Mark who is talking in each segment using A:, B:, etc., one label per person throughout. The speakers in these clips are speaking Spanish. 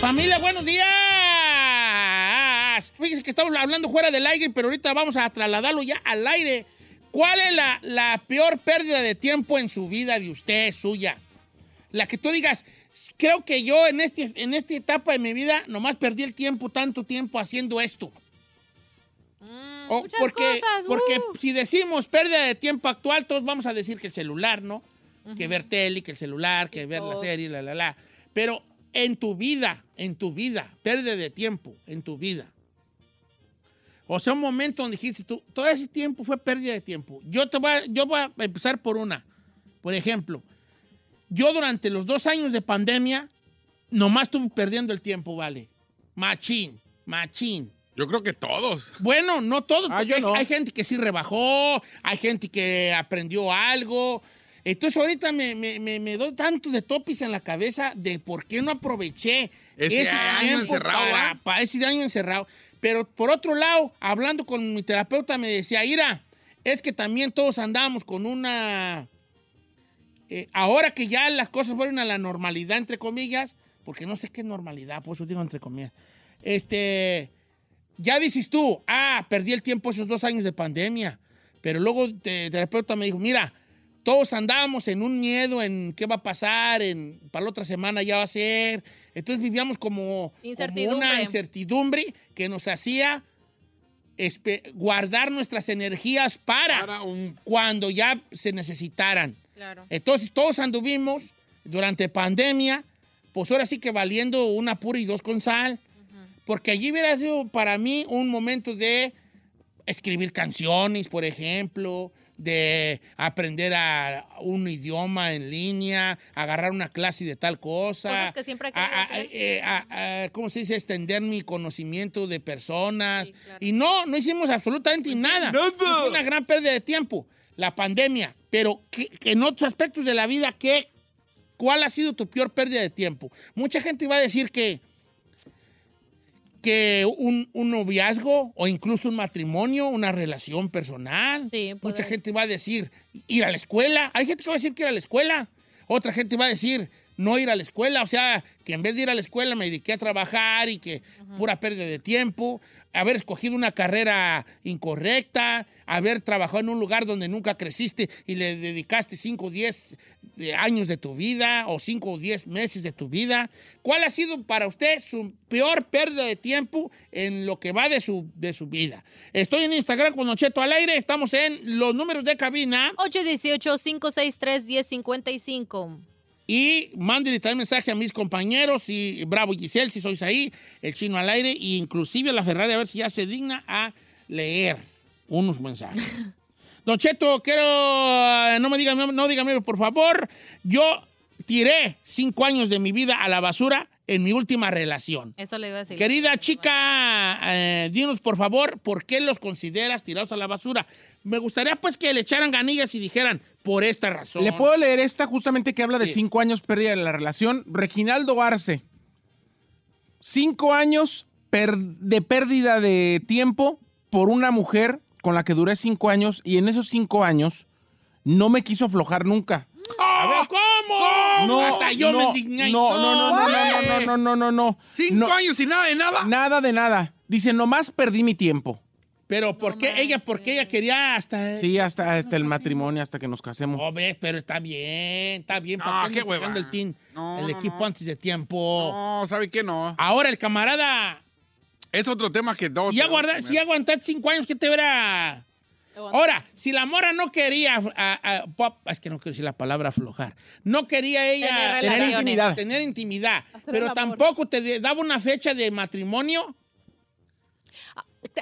A: Familia, buenos días. Fíjense que estamos hablando fuera del aire, pero ahorita vamos a trasladarlo ya al aire. ¿Cuál es la, la peor pérdida de tiempo en su vida de usted, suya? La que tú digas, creo que yo en, este, en esta etapa de mi vida nomás perdí el tiempo, tanto tiempo haciendo esto. O Oh,
B: muchas
A: porque
B: cosas,
A: porque
B: uh.
A: si decimos pérdida de tiempo actual, todos vamos a decir que el celular, ¿no? Que ver tele, que el celular, que ver la
B: todo.
A: serie, la, la, la. Pero en tu vida, en tu vida, pérdida de tiempo, en tu vida. O sea, un momento donde dijiste tú, todo ese tiempo fue pérdida de tiempo. Yo, te voy a- yo voy a empezar por una. Por ejemplo, yo durante los dos años de pandemia, nomás estuve perdiendo el tiempo, ¿vale? Machín, machín.
C: Yo creo que todos.
A: Bueno, no todos,
C: Ah,
A: porque
C: yo
A: hay,
C: no.
A: hay gente que sí rebajó, hay gente que aprendió algo. Entonces ahorita me, me, me- me doy tanto de topis en la cabeza de por qué no aproveché
C: Ese año encerrado,
A: para,
C: ¿va?
A: para ese año encerrado. Pero por otro lado, hablando con mi terapeuta, me decía, Ira, es que también todos andamos con una... eh, ahora que ya las cosas vuelven a la normalidad, entre comillas, porque no sé qué es normalidad, por eso digo entre comillas. Este... Ya dices tú, ah, perdí el tiempo esos dos años de pandemia. Pero luego el te- terapeuta me dijo, mira, todos andábamos en un miedo, en qué va a pasar, en para la otra semana ya va a ser. Entonces vivíamos como, como una
B: Incertidumbre.
A: incertidumbre que nos hacía espe- guardar nuestras energías para
C: Para un.
A: cuando ya se necesitaran.
B: Claro.
A: Entonces todos anduvimos durante pandemia, pues ahora sí que valiendo una pura y dos con sal, porque allí hubiera sido para mí un momento de escribir canciones, por ejemplo, de aprender a un idioma en línea, agarrar una clase de tal cosa.
B: Cosas que siempre he querido
A: a- a-
B: hacer.
A: eh, a- a- ¿Cómo se dice? Extender mi conocimiento de personas.
B: Sí, claro. Pues,
A: Y no, no hicimos absolutamente nada.
C: Nada.
A: Fue una gran pérdida de tiempo, la pandemia. Pero que, que en otros aspectos de la vida, ¿qué, ¿cuál ha sido tu peor pérdida de tiempo? Mucha gente va a decir que, que un, un noviazgo o incluso un matrimonio, una relación personal.
B: Sí, puede
A: Mucha
B: ser.
A: gente va a decir ir a la escuela. Hay gente que va a decir que ir a la escuela. Otra gente va a decir no ir a la escuela. O sea, que en vez de ir a la escuela me dediqué a trabajar y que pura pérdida de tiempo. Haber escogido una carrera incorrecta. Haber trabajado en un lugar donde nunca creciste y le dedicaste 5 o 10 años de tu vida o 5 o 10 meses de tu vida. ¿Cuál ha sido para usted su peor pérdida de tiempo en lo que va de su, de su vida? Estoy en Instagram con Nocheto al aire. Estamos en los números de cabina.
B: 818-563-1055.
A: Y mándenle también mensaje a mis compañeros y Bravo Giselle, si sois ahí, el chino al aire, e inclusive a la Ferrari, a ver si ya se digna a leer unos mensajes. Don Cheto, quiero, eh, no me digan, no, no digan, por favor, yo tiré cinco años de mi vida a la basura en mi última relación.
B: Eso le iba a decir.
A: Querida chica, eh, dinos por favor, ¿por qué los consideras tirados a la basura? Me gustaría pues que le echaran ganillas y dijeran, por esta razón.
D: Le puedo leer esta justamente que habla de
A: Sí.
D: cinco años pérdida de la relación. Reginaldo Arce. Cinco años per- de pérdida de tiempo por una mujer con la que duré cinco años y en esos cinco años no me quiso aflojar nunca.
C: ¡Oh!
A: A ver, ¿cómo? Hasta yo me indigné.
D: No, no, no, no, no, no, no, no, no, no.
C: Cinco
D: No,
C: años y nada de nada.
D: Nada de nada. Dice, nomás perdí mi tiempo.
A: Pero ¿por qué ella? Porque ella quería hasta...
D: Sí, hasta, hasta el matrimonio, hasta que nos casemos.
A: No, ves, pero está bien, está bien.
C: No,
A: ¿Para
C: qué
A: andas tocando
C: hueva.
A: el team,
C: No,
A: el
C: no,
A: equipo
C: no.
A: antes de tiempo.
C: No, ¿sabe qué? No.
A: Ahora el camarada,
C: Es otro tema que no.
A: si, aguarda, si aguantaste cinco años, ¿qué te verá? Ahora, si la mora no quería, a- a- pop- es que no quiero decir la palabra aflojar, no quería ella
B: Tener relaciones.
D: intimidad.
A: tener intimidad, pero
B: el amor.
A: tampoco te de- daba una fecha de matrimonio,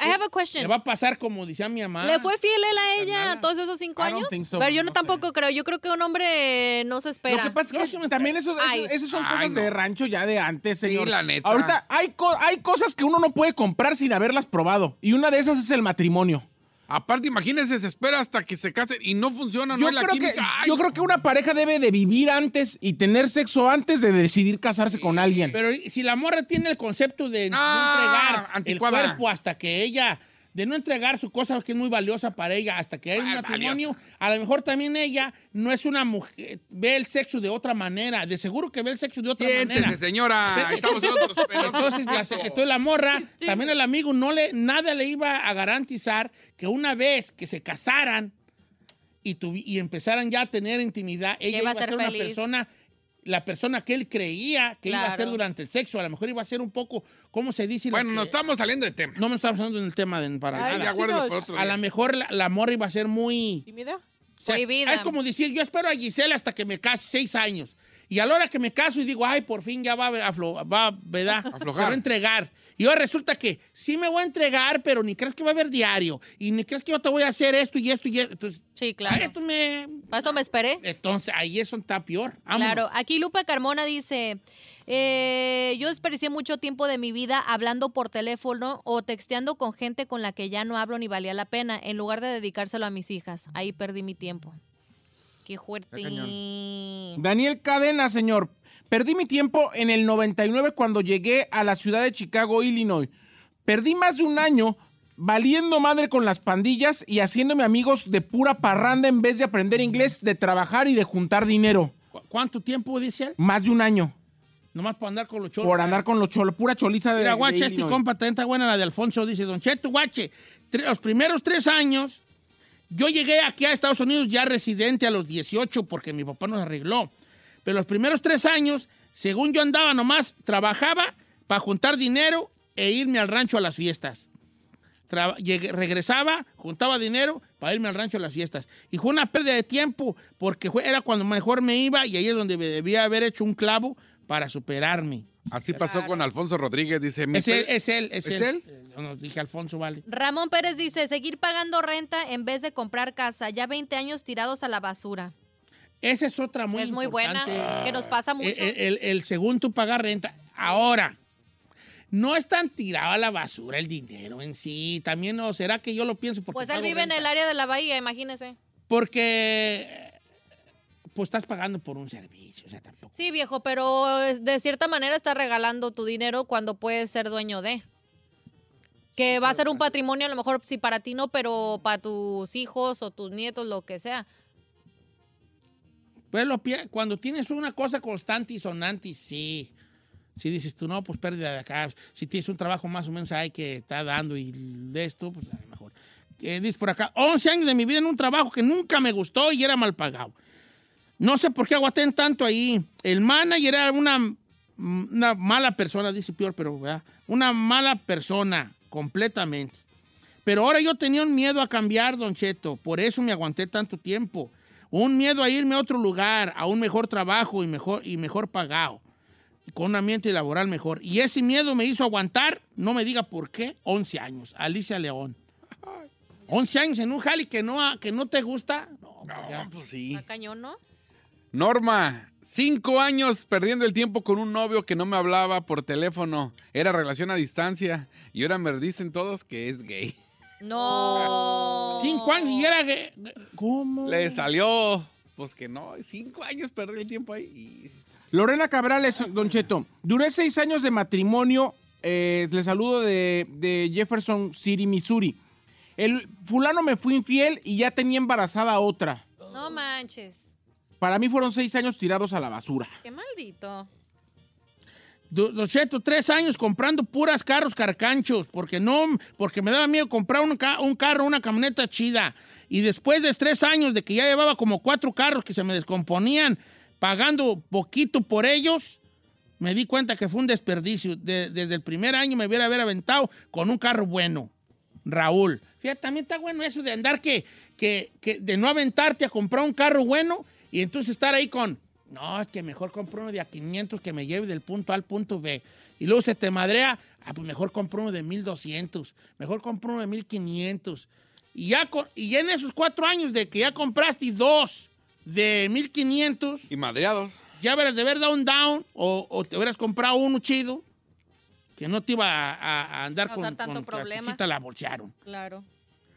B: I have a
A: le
B: question.
A: va a pasar como decía mi mamá.
B: ¿Le fue fiel él a ella
D: Nada.
B: todos esos cinco
D: I don't
B: años?
D: think so,
B: Pero yo
D: no
B: no,
D: sé.
B: tampoco creo. Yo creo que un hombre no se espera.
D: Lo que pasa es que también eso, eso-
B: Ay.
D: esas son
C: Ay,
D: cosas
C: no.
D: de rancho ya de antes,
C: Sí,
D: señor.
C: la neta.
D: Ahorita hay, co- hay cosas que uno no puede comprar sin haberlas probado. Y una de esas es el matrimonio.
C: Aparte, imagínense, se espera hasta que se casen y no funciona, no
D: Yo,
C: es la
D: creo que,
C: química. Ay,
D: yo creo que una pareja debe de vivir antes y tener sexo antes de decidir casarse con alguien.
A: Pero si la morra tiene el concepto de
C: Ah,
A: no entregar el
C: anticuada.
A: cuerpo hasta que ella, de no entregar su cosa que es muy valiosa para ella hasta que hay un
C: Ah,
A: matrimonio, a lo mejor también ella no es una mujer, ve el sexo de otra manera, de seguro que ve el sexo de otra
C: Siéntese,
A: manera.
C: señora. Estamos en otros
A: Entonces, la, entonces la morra, también el amigo, no le, nada le iba a garantizar que una vez que se casaran y, tuvi- y empezaran ya a tener intimidad, ella iba a ser, una
B: feliz.
A: persona, la persona que él creía que iba a ser
B: Claro.
A: durante el sexo. A lo mejor iba a ser un poco, ¿cómo se dice?
C: Bueno, nos
A: no
C: estamos saliendo de tema.
A: No me estamos hablando del tema de, para
C: Ay,
A: nada.
C: ya guardo por otro
A: A lo
C: día.
A: mejor la, la morra iba a ser muy... o sea,
B: Prohibida.
A: Es como decir, yo espero a Giselle hasta que me case seis años. Y a la hora que me caso y digo, ay, por fin ya va a, aflo- va, ¿verdad?
C: Aflojar.
A: Se va a entregar. Y ahora resulta que sí me voy a entregar, pero ni crees que va a haber diario. Y ni crees que yo te voy a hacer esto y esto y esto. Entonces,
B: Sí,
A: ay,
B: claro.
A: esto me...
B: Para eso me esperé.
A: Entonces, ahí eso está peor. Vámonos.
B: Claro, aquí Lupe Carmona dice, eh, yo desperdicié mucho tiempo de mi vida hablando por teléfono o texteando con gente con la que ya no hablo ni valía la pena, en lugar de dedicárselo a mis hijas. Ahí perdí mi tiempo. Qué fuerte.
D: Daniel Cadena, señor. Perdí mi tiempo en el 99 cuando llegué a la ciudad de Chicago, Illinois. Perdí más de un año valiendo madre con las pandillas y haciéndome amigos de pura parranda en vez de aprender inglés, de trabajar y de juntar dinero.
A: ¿Cu- ¿Cuánto tiempo, dice él?
D: Más de un año
A: Nomás para andar con los chorros.
D: por andar con los cholos, pura choliza de
A: Mira,
D: de
A: guache, este
D: Illinois.
A: compa también está buena la de Alfonso. Dice, Don Cheto, guache, tre- los primeros tres años, yo llegué aquí a Estados Unidos ya residente a los 18 porque mi papá nos arregló. Pero los primeros tres años, según yo andaba nomás, trabajaba para juntar dinero e irme al rancho a las fiestas. Traba- llegué- regresaba, juntaba dinero para irme al rancho a las fiestas. Y fue una pérdida de tiempo porque fue- era cuando mejor me iba y ahí es donde me debía haber hecho un clavo para superarme.
C: Así pasó con Alfonso Rodríguez, dice. mi
A: Es él,
C: pe-
A: es él, es,
C: ¿Es
A: él.
C: él?
A: Eh, no, no, dije Alfonso, vale.
B: Ramón Pérez dice, seguir pagando renta en vez de comprar casa, ya 20 años tirados a la basura.
A: Esa es otra muy
B: es muy
A: importante. Ah, eh,
B: buena, que nos pasa mucho.
A: El, el- el según tú pagar renta. Ahora, no es tan tirado a la basura el dinero en sí. También, ¿no? ¿Será que yo lo pienso? Porque
B: pues él
A: pago
B: vive en
A: renta?
B: el área de la bahía, imagínese.
A: Porque, eh, pues, estás pagando por un servicio. O sea, tampoco.
B: Sí, viejo, pero es- de cierta manera está regalando tu dinero cuando puedes ser dueño de. Que va a ser un patrimonio, a lo mejor, si para ti no, pero para tus hijos o tus nietos, lo que sea.
A: Pues, lo pie- cuando tienes una cosa constante y sonante, sí. Si dices tú, no, pues, pérdida de acá. Si tienes un trabajo más o menos ahí que está dando y de esto, pues, a lo mejor. Eh, dice por acá, 11 años de mi vida en un trabajo que nunca me gustó y era mal pagado. No sé por qué aguanté tanto ahí. El manager era una, una mala persona, dice Pior, pero ¿verdad? una mala persona completamente. Pero ahora yo tenía un miedo a cambiar, Don Cheto. Por eso me aguanté tanto tiempo. Un miedo a irme a otro lugar, a un mejor trabajo y mejor, y mejor pagado. Con un ambiente laboral mejor. Y ese miedo me hizo aguantar, no me diga por qué, 11 años. Alicia León. 11 años en un jali que no, que no te gusta. No, pues ya.
C: No, pues sí.
B: Está cañón, ¿no?
C: Norma, cinco años perdiendo el tiempo con un novio que no me hablaba por teléfono. Era relación a distancia. Y ahora me dicen todos que es gay. Oh.
B: No.
A: Cinco años y era que- ¿Cómo?
C: Le salió. Pues que no, cinco años perdí el tiempo ahí. y-
D: Lorena Cabrales, Don Cheto. Duré seis años de matrimonio. eh, le saludo de, de Jefferson City, Missouri. El fulano me fue infiel y ya tenía embarazada a otra.
B: No manches.
D: Para mí fueron seis años tirados a la basura.
B: Qué maldito.
A: Du- Don Cheto, tres años comprando puras carros carcanchos, porque no, porque me daba miedo comprar un, ca- un carro, una camioneta chida. Y después de tres años de que ya llevaba como cuatro carros que se me descomponían, pagando poquito por ellos, me di cuenta que fue un desperdicio. De- desde el primer año me hubiera haber aventado con un carro bueno. Raúl. Fíjate, también está bueno eso de andar que, que, que de no aventarte a comprar un carro bueno y entonces estar ahí con, no, es que mejor compro uno de a 500 que me lleve del punto A al punto B. Y luego se te madrea, ah, pues mejor compro uno de 1200, mejor compro uno de 1500. Y ya, co- y ya en esos cuatro años de que ya compraste dos de 1500,
C: Y madreados.
A: ya verás de haber dado un down o, o te hubieras comprado uno chido que no te iba a, a- a andar
B: Causar
A: con,
B: tanto
A: con que la
B: problema.
A: chichita la bolsearon.
B: Claro.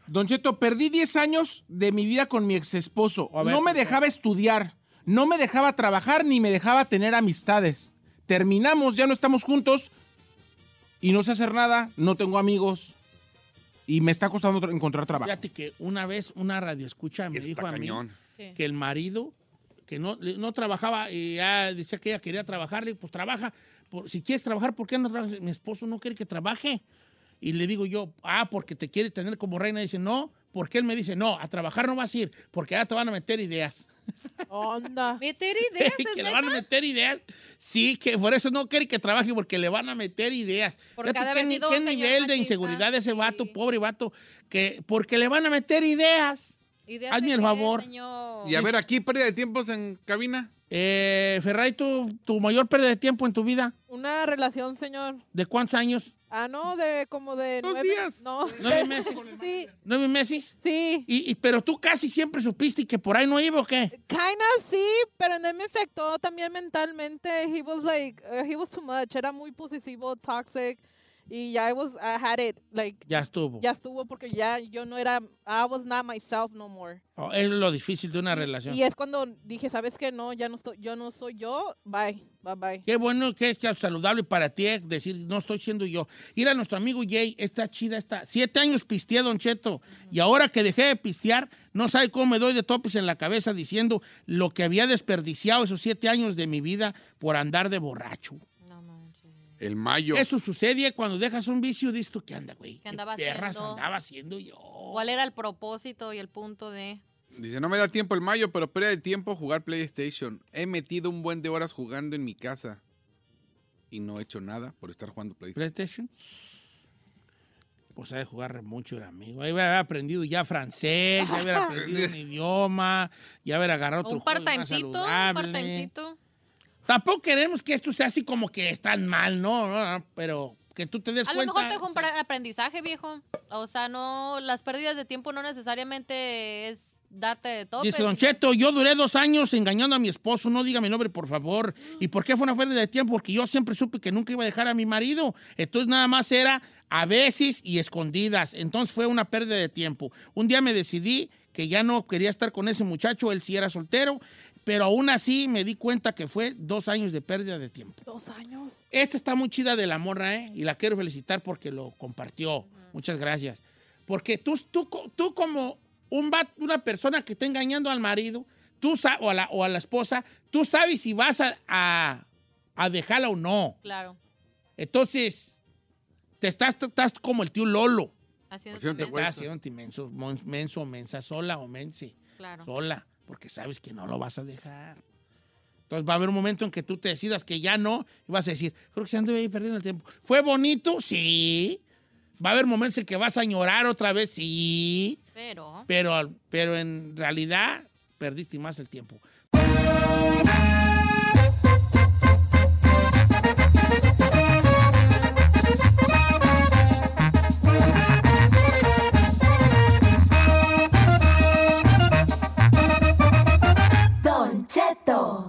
D: Don Cheto, perdí 10 años de mi vida con mi ex esposo.
A: A ver,
D: No me
A: ¿por qué?
D: dejaba estudiar, no me dejaba trabajar, ni me dejaba tener amistades. Terminamos, ya no estamos juntos y no sé hacer nada, no tengo amigos y me está costando tra- encontrar trabajo.
A: Fíjate que una vez una radio escucha me dijo
C: Está
A: a mí
C: cañón.
A: que el marido que no, no trabajaba y ya decía que ella quería trabajar, le digo, pues trabaja, por, si quieres trabajar, ¿por qué no trabajas? Mi esposo no quiere que trabaje. Y le digo yo, ah, porque te quiere tener como reina. Dice, no, porque él me dice, no, a trabajar no vas a ir, porque ahora te van a meter ideas.
E: Onda.
B: Meter ideas, es
A: que le
B: neta?
A: van a meter ideas. Sí, que por eso no quiere que trabaje, porque le van a meter ideas.
B: Por cada
A: qué,
B: vez
A: ni-
B: sido
A: qué
B: un señor
A: nivel de
B: machista,
A: inseguridad de ese vato, pues.
B: sí.
A: pobre vato, que porque le van a meter ideas.
B: Ideas
A: Hazme
B: de
A: el
B: qué,
A: favor.
B: señor.
A: Oh.
C: Y a ver, aquí pérdida de tiempos en cabina.
A: Eh, Ferrari, ¿tú- tu mayor pérdida de tiempo en tu vida,
E: Una relación, señor.
A: ¿de cuántos años?
E: Ah, no, de como de
C: Dos
E: nueve.
C: días.
E: No.
A: Nueve meses.
E: Sí,
A: ¿Nueve meses?
E: sí.
A: Y, y- pero tú casi siempre supiste que por ahí no iba o qué.
E: Kind of sí, pero no me afectó también mentalmente. He was like, uh, he was too much. Era muy posesivo, toxic. Y ya I was, I had it. Like,
A: Ya estuvo.
E: ya estuvo porque ya yo no era, I was not myself no more.
A: Oh, es lo difícil de una relación.
E: Y es cuando dije, ¿sabes qué? No, ya no estoy, yo no soy yo. Bye, bye, bye.
A: Qué bueno que es saludable para ti eh, decir, no estoy siendo yo. Ir a nuestro amigo Jay, está chida, está. Siete años pisteé, Don Cheto. Y ahora que dejé de pistear, no sabe cómo me doy de topes en la cabeza diciendo lo que había desperdiciado esos siete años de mi vida por andar de borracho.
B: No manches.
C: El mayo.
A: Eso sucede cuando dejas un vicio de esto que anda, güey. ¿Qué
B: andaba
A: perras
B: haciendo?
A: andaba haciendo yo?
B: ¿Cuál era el propósito y el punto de...?
C: Dice, no me da tiempo el mayo, pero pérdida de tiempo jugar PlayStation. He metido un buen de horas jugando en mi casa. Y no he hecho nada por estar jugando PlayStation.
A: PlayStation. Pues sabe jugar mucho el amigo. Ahí haber aprendido ya francés, ya haber aprendido un idioma, ya haber agarrado otro
B: ¿Un
A: juego más
B: part-timecito? ¿Un
A: saludable.
B: part-timecito?
A: Tampoco queremos que esto sea así como que es tan mal, ¿no? no, no, pero que tú te des
B: A lo
A: cuenta.
B: mejor te dejó
A: o
B: un
A: sea,
B: pra- aprendizaje, viejo. O sea, no, las pérdidas de tiempo no necesariamente es darte de todo.
A: Dice Don Cheto, yo duré dos años engañando a mi esposo, no diga mi nombre, por favor. ¿Y por qué fue una pérdida de tiempo? Porque yo siempre supe que nunca iba a dejar a mi marido. Entonces nada más era a veces y escondidas. Entonces fue una pérdida de tiempo. Un día me decidí que ya no quería estar con ese muchacho, él sí era soltero, pero aún así me di cuenta que fue dos años de pérdida de tiempo.
E: Dos años.
A: Esta está muy chida de la morra, ¿eh? Y la quiero felicitar porque lo compartió. Muchas gracias. Porque tú, tú, co- tú como un va- una persona que está engañando al marido tú sa- o, a la, o a la esposa, tú sabes si vas a, a, a dejarla o no.
B: Claro.
A: Entonces, te estás, te estás como el tío Lolo.
B: Haciendo
C: Haciendo
B: también,
C: Pues-
A: Estás haciéndote menso, mon- menso, mensa sola o mense
B: Claro.
A: sola, porque sabes que no lo vas a dejar. Entonces va a haber un momento en que tú te decidas que ya no, y vas a decir, creo que se anduve ahí perdiendo el tiempo. ¿Fue bonito? Sí. Va a haber momentos en que vas a llorar otra vez, sí.
B: Pero...
A: Pero, al- pero en realidad perdiste más el tiempo.
F: Don Cheto.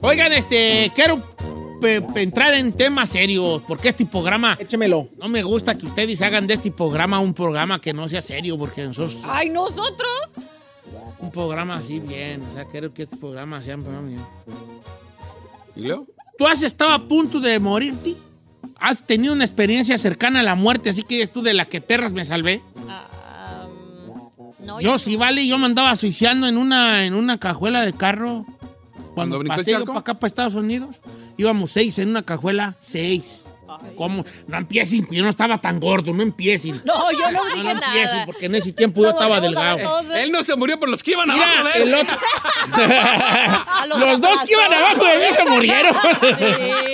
A: Oigan, este, quiero pe- pe- entrar en temas serios, porque este programa...
D: Échemelo.
A: No me gusta que ustedes hagan de este programa un programa que no sea serio, porque nosotros...
B: ¡Ay, nosotros!
A: Un programa así bien, o sea, quiero que este programa sea un programa bien.
C: ¿Y luego?
A: ¿Tú has estado a punto de morirte? ¿Has tenido una experiencia cercana a la muerte, así que es tú de la que perras me salvé?
B: No,
A: yo sí, vale, yo me andaba suiciando en una, en una cajuela de carro.
C: ¿Cuando
A: Cuando
C: brincó el
A: pasé yo
C: charco?
A: para acá, para Estados Unidos, íbamos seis en una cajuela, seis. ¿Cómo? No empiecen, yo no estaba tan gordo, no empiecen.
B: No, yo no dije
A: no
B: nada.
A: empiecen, porque en ese tiempo yo
B: Nos
A: estaba
B: volvemos a ver
A: delgado.
B: todos, ¿eh?
C: Él no se murió por los que iban
A: Mira,
C: abajo de él.
A: el otro.
B: A
A: los dos que iban abajo de mí se murieron.
B: Sí.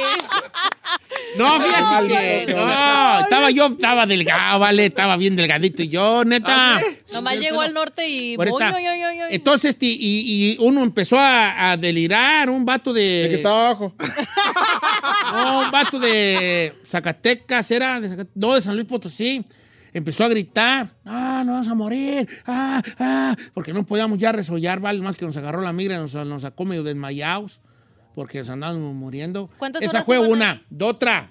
A: No, fíjate
B: Maldito
A: que.
B: sea.
A: No, estaba yo, estaba delgado, vale, estaba bien delgadito. Y yo, neta.
B: Nomás llegó al norte y...
A: Por esta-
B: Oy, oy, oy, oy.
A: Entonces, ti- y, y uno empezó a, a delirar, un vato de.
D: El que estaba abajo.
A: No, un vato de Zacatecas, era de Zacate- no, de San Luis Potosí. Empezó a gritar, ah, nos vamos a morir, ah, ah, porque no podíamos ya resollar, vale, más que nos agarró la migra, nos, nos sacó medio desmayados, porque nos andábamos muriendo.
B: ¿Cuántas
A: Esa
B: horas
A: fue
B: iban
A: una,
B: ahí?
A: de otra.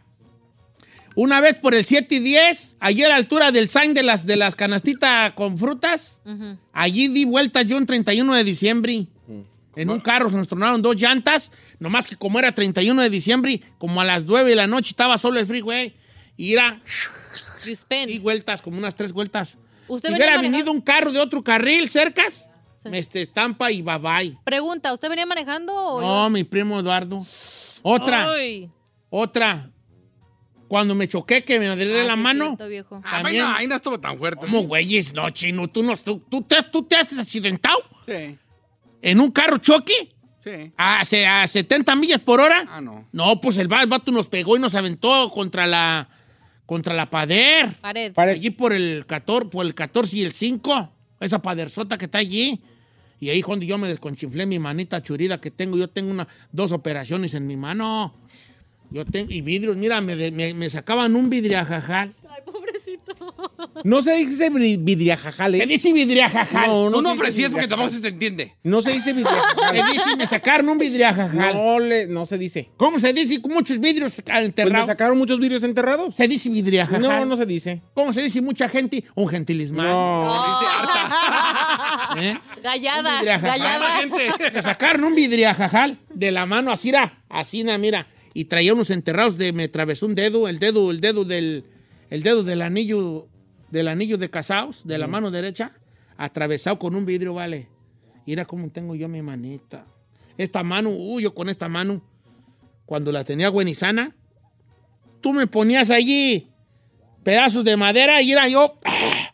A: Una vez por el 7 y 10, ayer a la altura del sign de las, de las canastitas con frutas,
B: Ujú.
A: Allí di vuelta yo un 31 de diciembre.
C: Mm.
A: En un carro se nos tronaron dos llantas, nomás que como era 31 de diciembre, como a las 9 de la noche estaba solo el freeway, y era,
B: You spin.
A: di vueltas, como unas tres vueltas.
B: Usted
A: si
B: venía
A: hubiera
B: manejando-
A: venido un carro de otro carril cercas, me este, estampa y bye bye.
B: Pregunta, ¿usted venía manejando o...?
A: No, mi primo Eduardo. Otra,
B: Ay.
A: otra. Cuando me choqué que me
B: Ah,
A: madré
B: sí
A: la
B: es
A: mano.
B: cierto, viejo.
C: Ah, bueno,
A: También.
C: ahí no estuvo tan fuerte.
A: ¿Cómo, güeyes? No, chino, tú, no, tú, tú te, tú te has accidentado
C: Sí,
A: en un carro choque.
C: sí.
A: ¿A, se- a 70 millas por hora?
C: Ah, no.
A: No, pues el, va- el vato nos pegó y nos aventó contra la contra la pader.
B: Pared.
D: Pare-
A: Allí por el 14, por el 14 y el 5. Esa paderzota que está allí. Y ahí cuando yo me desconchinflé mi manita churida que tengo, yo tengo una, dos operaciones en mi mano. Yo tengo, y vidrios, mira, me, de- me- me sacaban un vidriajajal.
D: No se dice bri- vidriajajal,
A: Se
D: ¿eh?
A: dice vidriajajal.
D: No, se
C: Tú no
D: dice
C: ofrecías porque
D: vidriajajal.
C: tampoco se te entiende.
D: No se dice vidriajajal.
A: Se dice, me sacaron un vidriajajal.
D: No, le, no se dice.
A: ¿Cómo se dice? Muchos vidrios
D: Pues me
A: enterrados.
D: sacaron muchos vidrios enterrados.
A: se dice vidriajajal.
D: No, no se dice.
A: ¿Cómo se dice mucha gente? Un gentilismán.
D: No.
C: Dice, harta,
A: ¿eh?
B: Gallada,
A: Mira,
B: gallada.
C: gente.
A: Le sacaron un vidriajajal de la mano así, era, así, na, mira. Y traía unos enterrados de, me atravesó un dedo, el dedo, el dedo del, el dedo del anillo, del anillo de casados, de la mano derecha, atravesado con un vidrio, vale. Y era como tengo yo mi manita. Esta mano, uy, yo con esta mano, cuando la tenía buena y sana, tú me ponías allí pedazos de madera y era yo ¡ah!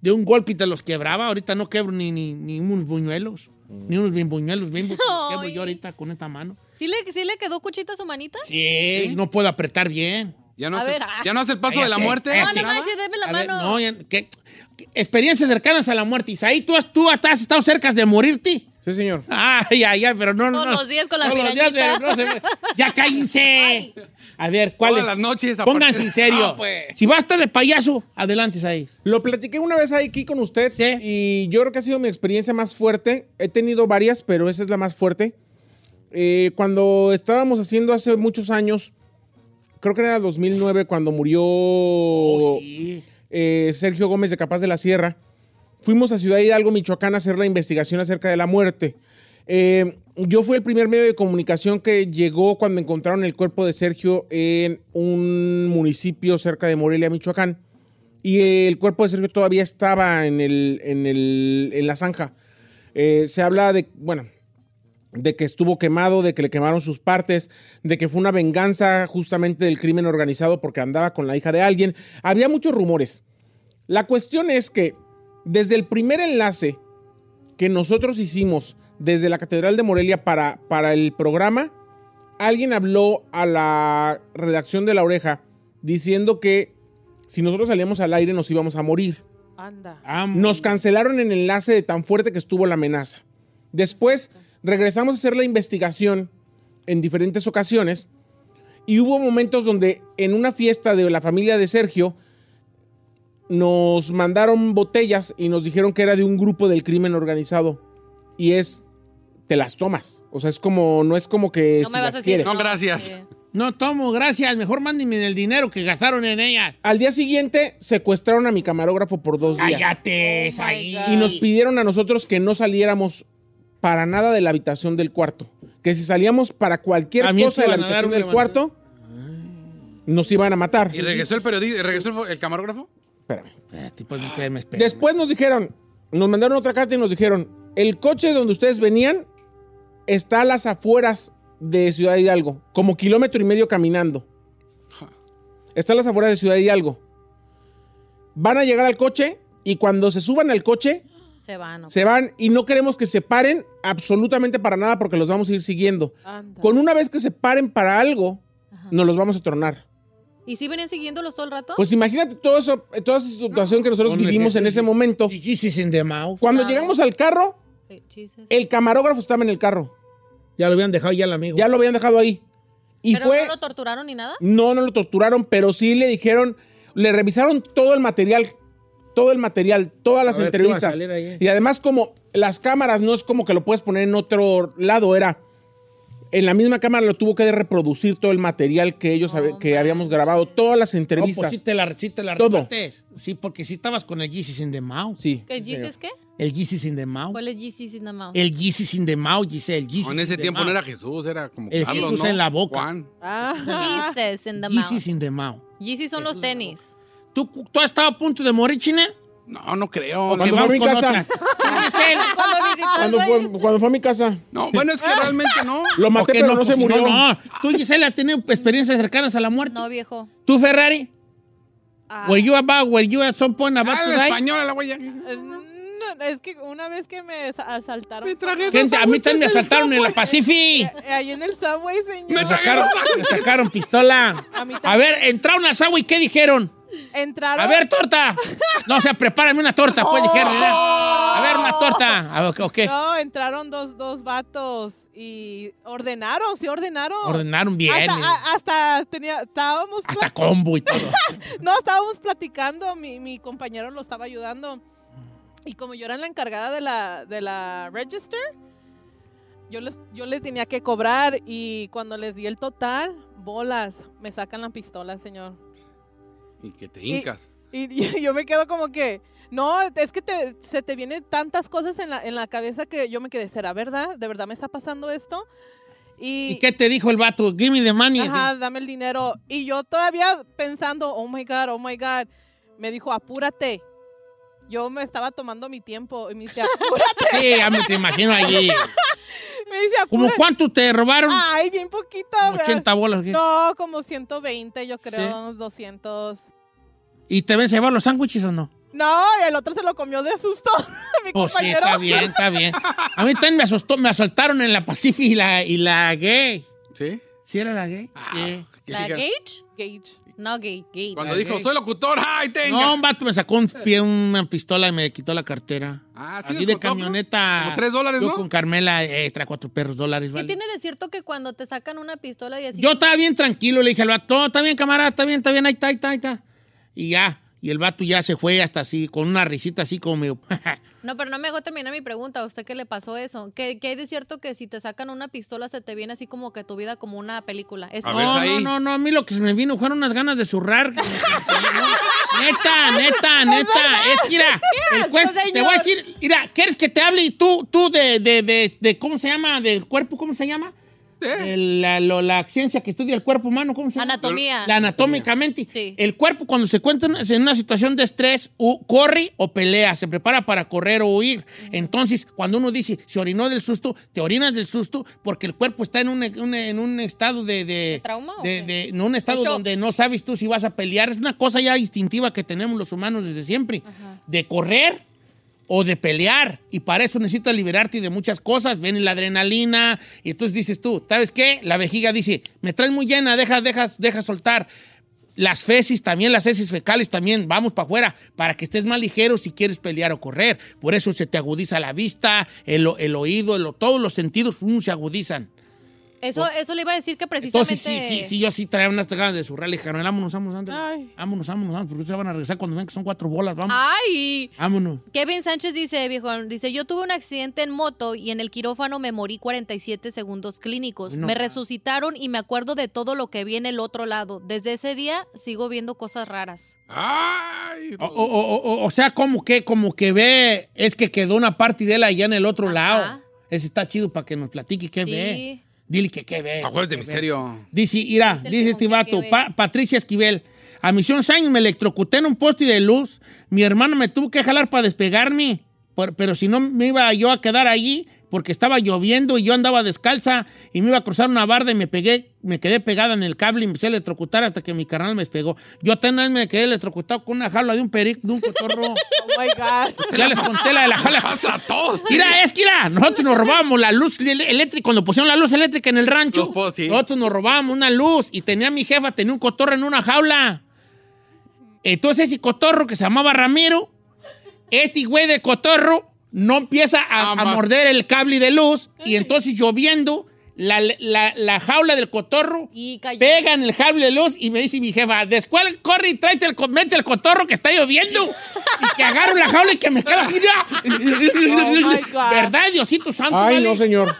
A: de un golpe y te los quebraba. Ahorita no quebro ni, ni, ni unos buñuelos, ni unos bimbuñuelos, bimbo, que los quebro
B: Ay.
A: yo ahorita con esta mano.
B: ¿Sí le, sí le quedó cuchita a su manita?
A: Sí, y no puedo apretar bien.
C: Ya no,
B: A
C: hace,
B: ver, ah.
C: ya no hace el paso de la
A: Cállate,
C: muerte.
B: No,
A: Este,
B: no manches, déme la
A: A ver,
B: mano.
A: no, ya- ¿qué? ¿Qué? Experiencias cercanas a la muerte. Isaí, ¿tú has, tú has estado cerca de morirte.
D: Sí, señor.
A: Ay, ay, ay, pero no, no.
B: Todos los días con la
A: Todos los días,
B: pirañita.
A: pero no se me- Ya cállense. A ver, ¿cuál
C: Todas
A: es?
C: las noches. a
A: Pónganse
C: partir-
A: en serio.
C: Ah, pues.
A: Si basta de payaso, adelante, Isaí.
D: Lo platiqué una vez aquí con usted
A: Sí.
D: y yo creo que ha sido mi experiencia más fuerte. He tenido varias, pero esa es la más fuerte. Eh, cuando estábamos haciendo hace muchos años, creo que era 2009 cuando murió
A: Oh, sí.
D: eh, Sergio Gómez de Capaz de la Sierra, fuimos a Ciudad Hidalgo, Michoacán, a hacer la investigación acerca de la muerte. Eh, yo fui el primer medio de comunicación que llegó cuando encontraron el cuerpo de Sergio en un municipio cerca de Morelia, Michoacán. Y el cuerpo de Sergio todavía estaba en, el, en, el- en la zanja. Eh, se habla de, bueno, de que estuvo quemado, de que le quemaron sus partes, de que fue una venganza justamente del crimen organizado porque andaba con la hija de alguien. Había muchos rumores. La cuestión es que Desde el primer enlace que nosotros hicimos desde la Catedral de Morelia para, para el programa, alguien habló a la redacción de La Oreja diciendo que si nosotros salíamos al aire nos íbamos a morir.
E: Anda.
D: Nos cancelaron el enlace de tan fuerte que estuvo la amenaza. Después regresamos a hacer la investigación en diferentes ocasiones y hubo momentos donde en una fiesta de la familia de Sergio nos mandaron botellas y nos dijeron que era de un grupo del crimen organizado y es te las tomas. O sea, es como no es como que si las quieres.
A: No tomo, gracias. Mejor mándenme el dinero que gastaron en ella.
D: Al día siguiente secuestraron a mi camarógrafo por dos días.
B: Oh
A: Cállate, ahí.
D: Y nos pidieron a nosotros que no saliéramos para nada de la habitación del cuarto. Que si salíamos para cualquier
C: También
D: cosa
C: te
D: de la
C: iban a dar
D: habitación
C: un
D: del cuarto, nos iban a matar.
C: ¿Y regresó el periodista? ¿Regresó el, fo- el camarógrafo?
D: Espérame.
A: Espérate, pues, espérame, espérame.
D: Después nos dijeron, nos mandaron otra carta y nos dijeron, el coche donde ustedes venían está a las afueras de Ciudad Hidalgo, como kilómetro y medio caminando. Está a las afueras de Ciudad Hidalgo. Van a llegar al coche y cuando se suban al coche,
B: Se van.
D: se van y no queremos que se paren absolutamente para nada porque los vamos a ir siguiendo. Con una vez que se paren para algo, nos los vamos a tronar.
B: ¿Y si venían siguiéndolos todo el rato?
D: Pues imagínate todo eso, eh, toda esa situación que nosotros
B: Ponle
D: vivimos en ese momento. Cuando llegamos al carro, el camarógrafo estaba en el carro.
A: Ya lo habían dejado ya el amigo.
D: Ya lo habían dejado ahí. Y
B: ¿Pero
D: fue
B: no lo torturaron ni nada?
D: no, no lo torturaron, pero sí le dijeron, le revisaron todo el material, todo el material, todas las
A: ver, ¿qué iba a
D: entrevistas.
A: salir ahí?
D: Y además como las cámaras no es como que lo puedes poner en otro lado, era en la misma cámara lo tuvo que reproducir todo el material que ellos hab- que habíamos grabado, todas las
A: No,
D: entrevistas.
A: pues sí te la, sí te la
D: Todo.
A: repartes. Sí, porque sí estabas con el Jesus in the Mouth.
D: Sí.
B: ¿Qué dices qué?
A: El Jesus in the Mouth.
B: ¿Cuál es GC sin amado?
A: El Jesus in the Mouth, Giselle. Jesus
C: En ese
A: in the
C: tiempo no
A: mouth.
C: era ah. Jesús, era como
A: El
C: Carlos,
A: Jesús
C: ¿no?
A: en la boca.
E: Ah,
B: Jesus in the
A: Jesus
B: mouth.
A: in the Mouth.
B: GC son los tenis.
A: ¿Tú, ¿Tú has estado a punto de morir, Chinel?
C: No, no creo.
A: Ok,
D: Cuando
A: vamos
D: fue a mi
A: con
D: casa.
A: otra.
B: Cuando visitó
D: Cuando
B: el
D: fue, cuando fue a mi casa.
C: No, bueno, es que realmente no.
D: Lo maté,
A: Ok,
D: pero no, se
A: pues,
D: murió.
A: No, no. Tú, Giselle, has tenido experiencias cercanas a la muerte.
B: No, viejo.
A: ¿Tú, Ferrari?
E: Ah.
A: Were you about, were you at some point about
C: Ah,
A: to
C: la
A: die?
C: española la huella.
E: Eh, No, es que una vez que me sa- asaltaron.
C: Me tragué
A: Gente,
C: dos
A: a mí también me
C: sándwiches del
A: asaltaron en la
C: Subway.
A: Pacific.
E: Eh, Ahí en el subway, señor.
C: Me
A: Me sacaron, me sacaron pistola.
E: A mí
A: A
E: también.
A: ver, entraron al agua y ¿qué dijeron?
E: Entraron.
A: A ver, torta. No, o sea, prepárame una torta, pues dijeron. ¿verdad? A ver, una torta. A ver, ok, ok.
E: No, entraron dos, dos vatos y ordenaron, sí ordenaron.
A: Ordenaron bien.
E: Hasta,
A: eh.
E: a- hasta tenía, estábamos, pla-
A: Hasta combo y todo.
E: no, estábamos platicando, mi, mi compañero lo estaba ayudando. Y como yo era la encargada de la, de la register, yo les, yo les tenía que cobrar y cuando les di el total, bolas, me sacan la pistola, señor.
C: Y que te hincas.
E: Y yo- yo me quedo como que, no, es que te- se te vienen tantas cosas en la, en la cabeza que yo me quedé, ¿será verdad? ¿De verdad me está pasando esto? Y,
A: ¿Y qué te dijo el vato? Give me the money.
E: Ajá, dame el dinero. Y yo todavía pensando, oh my God, oh my God. Me dijo, apúrate. Yo me estaba tomando mi tiempo y me dice, apúrate.
A: Sí, ya me te imagino allí.
E: me dice,
A: ¿Cómo
E: apúrate.
A: cuánto te robaron?
C: Ah,
E: Ay, bien poquito.
A: Como
E: ¿verdad?
A: 80 bolas. ¿qué?
E: No, como 120, yo creo, 200.
A: ¿Y te ven llevar los sándwiches o no?
E: No, el otro se lo comió de susto. mi
A: Pues sí,
E: compañero.
A: está bien, está bien. A mí también me asustó, me asaltaron en la Pacific y la, y la gay.
C: ¿Sí?
A: ¿Sí era la gay?
C: Ah,
A: Sí.
C: Que
B: ¿La
C: diga-
B: Gage?
E: Gage.
B: No, Gage. Gage.
C: Cuando
A: La
C: dijo,
A: gay.
C: soy locutor, ¡ay, tenga!
A: No, un vato me sacó un pie, una pistola y me quitó la cartera.
C: ah, sí,
A: Así de
C: descontó, ¿no?
A: camioneta.
C: Como tres dólares,
A: Yo
C: ¿no?
A: con Carmela, extra cuatro perros dólares,
B: ¿Qué
A: ¿vale?
B: tiene de cierto que cuando te sacan una pistola y así?
A: Yo estaba bien tranquilo, le dije al vato, "No, está bien, camarada, está bien, está bien, ahí está, ahí está, ahí está. Y ya, y el vato ya se fue hasta así, con una risita así como medio,
B: No, pero no me hago terminar mi pregunta. ¿A usted qué le pasó eso? ¿Qué, qué hay de cierto que si te sacan una pistola se te viene así como que tu vida como una película? Es
C: A ver,
A: No, no,
C: ahí.
A: no, no, a mí lo que se me vino fueron unas ganas de zurrar. neta, neta, neta. Es que, mira, el
B: asco,
A: cuerpo- te
B: señor.
A: voy a decir, mira, ¿quieres que te hable y tú, tú de, de, de, de- ¿cómo se llama? ¿Del cuerpo, cómo se llama? El- la, lo- la ciencia que estudia el cuerpo humano, ¿cómo se llama?
B: Anatomía.
A: La anatómicamente.
B: Sí.
A: El cuerpo cuando se encuentra en una situación de estrés, u- corre o pelea, se prepara para correr o huir. Entonces, cuando uno dice, se orinó del susto, te orinas del susto porque el cuerpo está en un, un- en un estado de... de-
B: trauma o
A: de-
B: qué?
A: de- no, un estado
B: shock.
A: donde no sabes tú si vas a pelear. Es una cosa ya instintiva que tenemos los humanos desde siempre. De correr o de pelear. Y para eso necesitas liberarte de muchas cosas. Viene la adrenalina. Y entonces dices tú, ¿sabes qué? La vejiga dice, me traes muy llena, deja, deja, deja soltar. Las feces también, las heces fecales también, vamos para afuera, para que estés más ligero si quieres pelear o correr. Por eso se te agudiza la vista, el, o- el oído, el o- todos los sentidos um, se agudizan.
B: Eso, eso le iba a decir que precisamente...
A: Entonces, sí, sí, sí, yo sí traía unas ganas de zurrarle, Jaroel. Vámonos, vámonos, ándale. Vámonos, vámonos, vámonos, porque se van a regresar cuando ven que son cuatro bolas, vamos.
B: Ah. ¡Ay!
A: Vámonos.
B: Kevin Sánchez dice, viejo, dice, yo tuve un accidente en moto y en el quirófano me morí 47 segundos clínicos.
A: No.
B: me resucitaron y me acuerdo de todo lo que vi en el otro lado. Desde ese día sigo viendo cosas raras.
C: Oh,
A: O, o- o- o- o sea, como que, como que ve, es que quedó una parte de él allá en el otro lado. Ese está chido para que nos platique qué ve.
B: Sí.
A: Dile que qué ve.
C: A jueves de
A: qué ve.
C: misterio.
A: Dice, irá, dice este vato,
B: ves.
A: Pa- Patricia Esquivel. A mis 11 años me electrocuté en un poste de luz. Mi hermano me tuvo que jalar para despegarme. por- pero si no, me iba yo a quedar allí porque estaba lloviendo y yo andaba descalza y me iba a cruzar una barda y me pegué, me quedé pegada en el cable y me empecé a electrocutar hasta que mi carnal me despegó. Yo apenas me quedé electrocutado con una jala de un perico, de un cotorro.
E: Oh my God.
A: Ya les conté la de la jala.
C: ¡Pasa a todos!
A: Mira, es que mira, nosotros nos robamos la luz el- eléctrica. Cuando pusieron la luz eléctrica en el rancho,
C: Los pos, sí.
A: nosotros nos robamos una luz. Y tenía mi jefa, tenía un cotorro en una jaula. Entonces ese cotorro que se llamaba Ramiro, este güey de cotorro no empieza a,
C: Ah,
A: a
C: más.
A: morder el cable de luz. Y entonces lloviendo, la, la- la jaula del cotorro
B: Y cayó.
A: pega en el cable de luz y me dice mi jefa, descuál corre y tráete el, co- mete el cotorro que está lloviendo. Y que agarro la jaula y que me quedo así. ¡ah!
C: Oh,
E: Oh my God.
A: ¿Verdad, Diosito Santo?
D: Ay,
A: vale?
D: no, señor.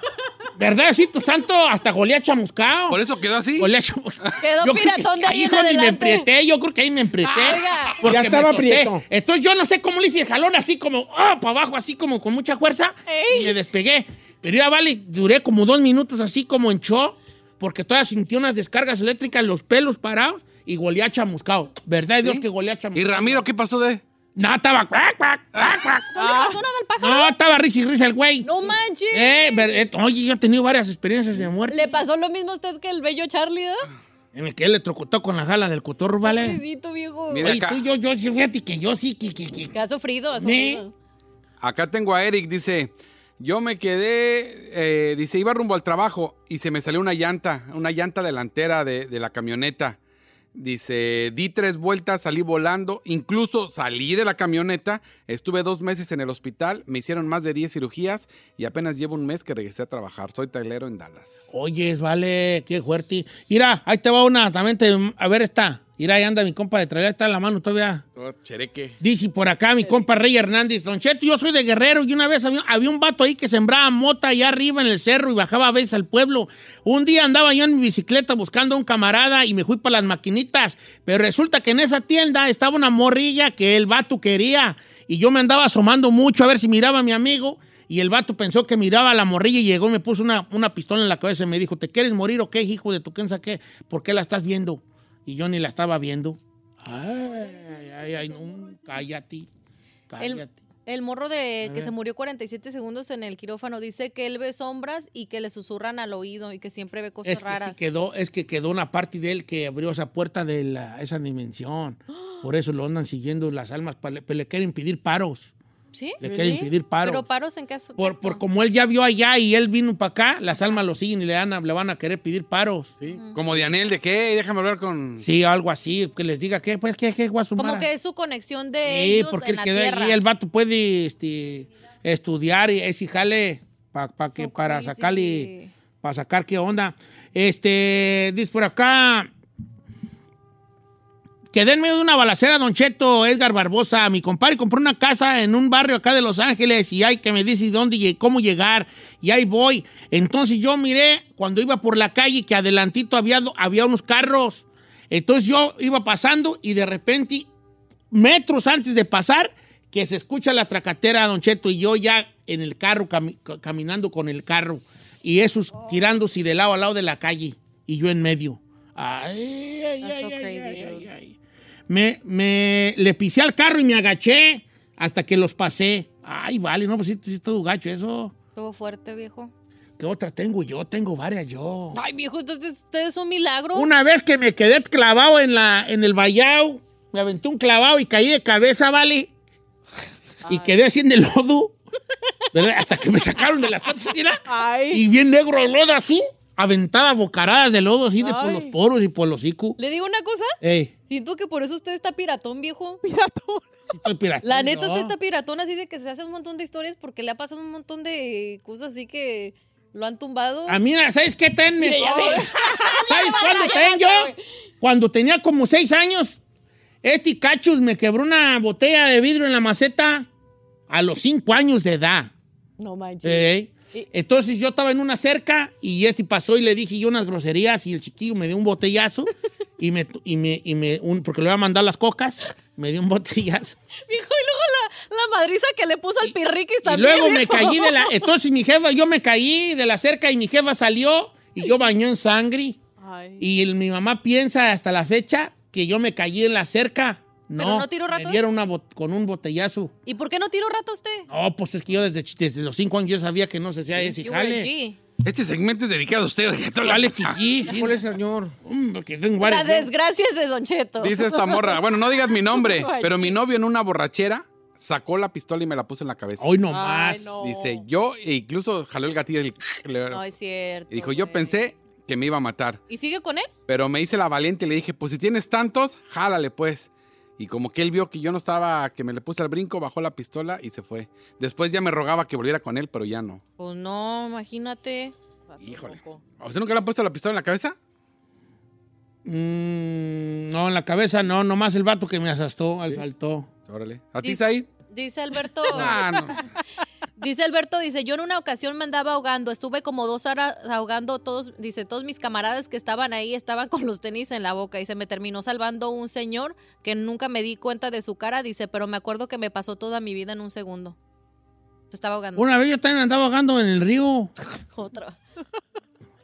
A: ¿Verdad, Diosito Santo? Hasta golea chamuscao.
C: Por eso quedó así.
A: Golea chamuscao. pues,
B: Quedó
A: Yo creo que
B: piratón de ahí en
A: hijo, ni me
B: adelante.
A: emprieté, yo creo que ahí me emprieté.
B: Oiga.
A: porque
D: Ya
A: me
D: estaba
A: tosté.
D: prieto.
A: Entonces yo no sé cómo le hice el jalón así como, ah, para abajo, así como con mucha fuerza. Y me despegué. Pero ya vale, duré como dos minutos así como en shock, porque todavía sentí unas descargas eléctricas, los pelos parados y golea chamuscao. ¿Verdad, Dios, que golea
C: ¿Y
A: chamuscao?
C: Ramiro qué pasó de?
A: No, estaba cuac, cuac, cuac, cuac.
B: ¿No le pasó nada al pájaro?
A: No, estaba risa y risa el güey.
B: No manches.
A: Ah. Eh, ver- eh, oye, yo he tenido varias experiencias de muerte.
B: ¿Le pasó lo mismo a usted que el bello Charlie, ¿no?
A: En el que él le trocotó con la jala del cotorro, ¿vale?
B: Pobrecito, viejo.
C: Mira.
A: Oye,
C: acá.
A: tú, yo, yo, sí, fíjate que yo sí, que, que, que-
B: Que ha sufrido, ha
A: ¿Me?
B: sufrido.
C: Acá tengo a Eric, dice, yo me quedé, eh, dice, iba rumbo al trabajo y se me salió una llanta, una llanta delantera de, de la camioneta. Dice, di tres vueltas, salí volando, incluso salí de la camioneta, estuve dos meses en el hospital, me hicieron más de 10 cirugías y apenas llevo un mes que regresé a trabajar. Soy tailero en Dallas.
A: Oye, vale, qué fuerte. Mira, ahí te va una, también te- a ver esta. Mira, ahí anda mi compa de traer, está en la mano todavía.
C: Oh, chereque.
A: Dice por acá mi compa Rey Hernández, Don Cheto, yo soy de Guerrero y una vez había, había un vato ahí que sembraba mota allá arriba en el cerro y bajaba a veces al pueblo. Un día andaba yo en mi bicicleta buscando a un camarada y me fui para las maquinitas, pero resulta que en esa tienda estaba una morrilla que el vato quería y yo me andaba asomando mucho a ver si miraba a mi amigo y el vato pensó que miraba a la morrilla y llegó y me puso una, una pistola en la cabeza y me dijo, ¿te quieres morir o qué, hijo de tu quensa qué? ¿Por qué la estás viendo? Y yo ni la estaba viendo. Ay, ay, ay, no, cállate. Cállate.
B: El, el morro de que se murió 47 segundos en el quirófano dice que él ve sombras y que le susurran al oído y que siempre ve cosas
A: es que sí
B: raras.
A: quedó, es que quedó una parte de él que abrió esa puerta de la- esa dimensión. Por eso lo andan siguiendo las almas, pa- le- pero le quieren pedir paros.
B: ¿Sí?
A: Le quieren pedir paros.
B: ¿Pero paros en qué aspecto?
A: por, por como él ya vio allá y él vino para acá, las almas lo siguen y le, dan a- le van a querer pedir paros.
C: Sí. Como Dianel, ¿de qué? Déjame hablar con...
A: Sí, algo así, que les diga que, pues, que, que
B: Como
A: Guasumara.
B: que es su conexión de
A: Sí,
B: ellos
A: porque
B: en
A: él
B: la
A: quedó
B: tierra.
A: ahí, el vato puede este, estudiar y ese jale pa- pa que,
B: So
A: para
B: crazy.
A: sacarle, para sacar qué onda. Este, dice por acá. Quedé en medio de una balacera, Don Cheto, Edgar Barbosa. Mi compadre compró una casa en un barrio acá de Los Ángeles y hay que me dice dónde y cómo llegar. Y ahí voy. Entonces yo miré cuando iba por la calle que adelantito había, había unos carros. Entonces yo iba pasando y de repente metros antes de pasar que se escucha la tracatera, Don Cheto, y yo ya en el carro, cami- ca- caminando con el carro, y esos
B: Oh.
A: tirándose de lado a lado de la calle, y yo en medio. Ay, ay,
B: That's
A: ay,
B: so
A: ay,
B: crazy,
A: ay,
B: dude.
A: ay, ay. Me, me- le pisé al carro y me agaché hasta que los pasé. Ay, vale, no, pues sí, sí, todo gacho eso.
B: Estuvo fuerte, viejo.
A: ¿Qué otra tengo yo? Tengo varias yo.
B: Ay, viejo, entonces usted es un milagro.
A: Una vez que me quedé clavado en, la, en el vallado, me aventé un clavado y caí de cabeza, ¿vale? y quedé así en el lodo, ¿verdad? Hasta que me sacaron de las patas, mira, y bien negro el lodo así, aventaba bocaradas de lodo así de por
B: Ay.
A: los poros y por los hocico.
B: ¿Le digo una cosa?
A: Ey,
B: Siento que por eso usted está piratón, viejo.
A: sí estoy piratón,
B: La neta,
A: ¿no?
B: usted está piratón así de que se hace un montón de historias porque le ha pasado un montón de cosas así que lo han tumbado.
A: A mí, Ah, ¿sabes qué ten?
B: Mira, ya ve.
A: ¿Sabes cuándo
B: Ya
A: ten
B: ve,
A: yo?
B: ya ve.
A: Cuando tenía como seis años, este cachus me quebró una botella de vidrio en la maceta a los cinco años de edad.
B: No manches.
A: Ey.
B: Y-
A: Entonces yo estaba en una cerca y este pasó y le dije yo unas groserías y el chiquillo me dio un botellazo y me, y me, y me un- porque le iba a mandar las cocas, me dio un botellazo.
B: Viejo, y luego la, la madriza que le puso al pirriquis
A: Y
B: también.
A: luego me
B: viejo.
A: caí de la, entonces mi jefa, yo me caí de la cerca y mi jefa salió y yo bañó en sangre. Y el- mi mamá piensa hasta la fecha que yo me caí en la cerca. No,
B: ¿Pero no tiró rato?
A: me dieron una bot- con un botellazo.
B: ¿Y por qué no tiró rato usted?
A: No, pues es que yo desde, ch- desde los cinco años yo sabía que no se hacía ese
B: You
A: jale.
B: were G.
C: Este segmento es dedicado a usted. oiga, todo lo-
A: Dale, sí, sí,
E: Ah,
A: sí.
D: Híjole, señor.
A: Hombre, que tengo
B: La
A: varias-
B: desgracia es de Don Cheto.
C: Dice esta morra. Bueno, no digas mi nombre,
B: Ay,
C: pero mi novio en una borrachera sacó la pistola y me la puso en la cabeza.
A: Hoy no
E: Ay,
A: más.
E: no.
C: Dice, yo e incluso jaló el gatillo del-
B: No, es cierto.
C: y dijo, yo
B: güey.
C: pensé que me iba a matar,
B: ¿Y sigue con él?
C: pero me hice la valiente y le dije, pues si tienes tantos, jálale pues. Y como que él vio que yo no estaba, que me le puse al brinco, bajó la pistola y se fue. Después ya me rogaba que volviera con él, pero ya no.
B: Pues no, imagínate.
C: Híjole. ¿A usted nunca le han puesto la pistola en la cabeza?
A: Mm, no, en la cabeza no, nomás el vato que me asustó, al saltó.
C: Órale. ¿A ti,
B: Dice-
C: Said?
B: Dice Alberto.
C: Ah, no.
B: Dice Alberto, dice, yo en una ocasión me andaba ahogando, estuve como dos horas ahogando todos, dice, todos mis camaradas que estaban ahí estaban con los tenis en la boca y se me terminó salvando un señor que nunca me di cuenta de su cara, dice, pero me acuerdo que me pasó toda mi vida en un segundo. Se estaba ahogando.
A: Una vez yo también andaba ahogando en el río.
B: Otra.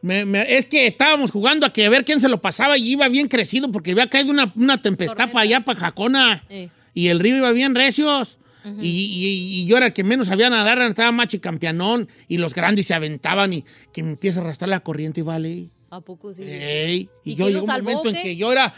A: Me- me- es que estábamos jugando a que a ver quién se lo pasaba y iba bien crecido porque había caído una, una tempestad
B: Tormenta.
A: para allá, para Jacona.
B: Eh,
A: Y el río iba bien recios.
B: Ujú.
A: y, y- y yo era el que menos sabía nadar, estaba machi campeanón. Y los grandes se aventaban y que me empieza a arrastrar la corriente, ¿vale?
B: ¿A poco sí?
A: Ey, y,
B: ¿Y
A: yo
B: quién
A: llegó
B: lo
A: un
B: salvó,
A: momento
B: o
A: en
B: qué?
A: que yo era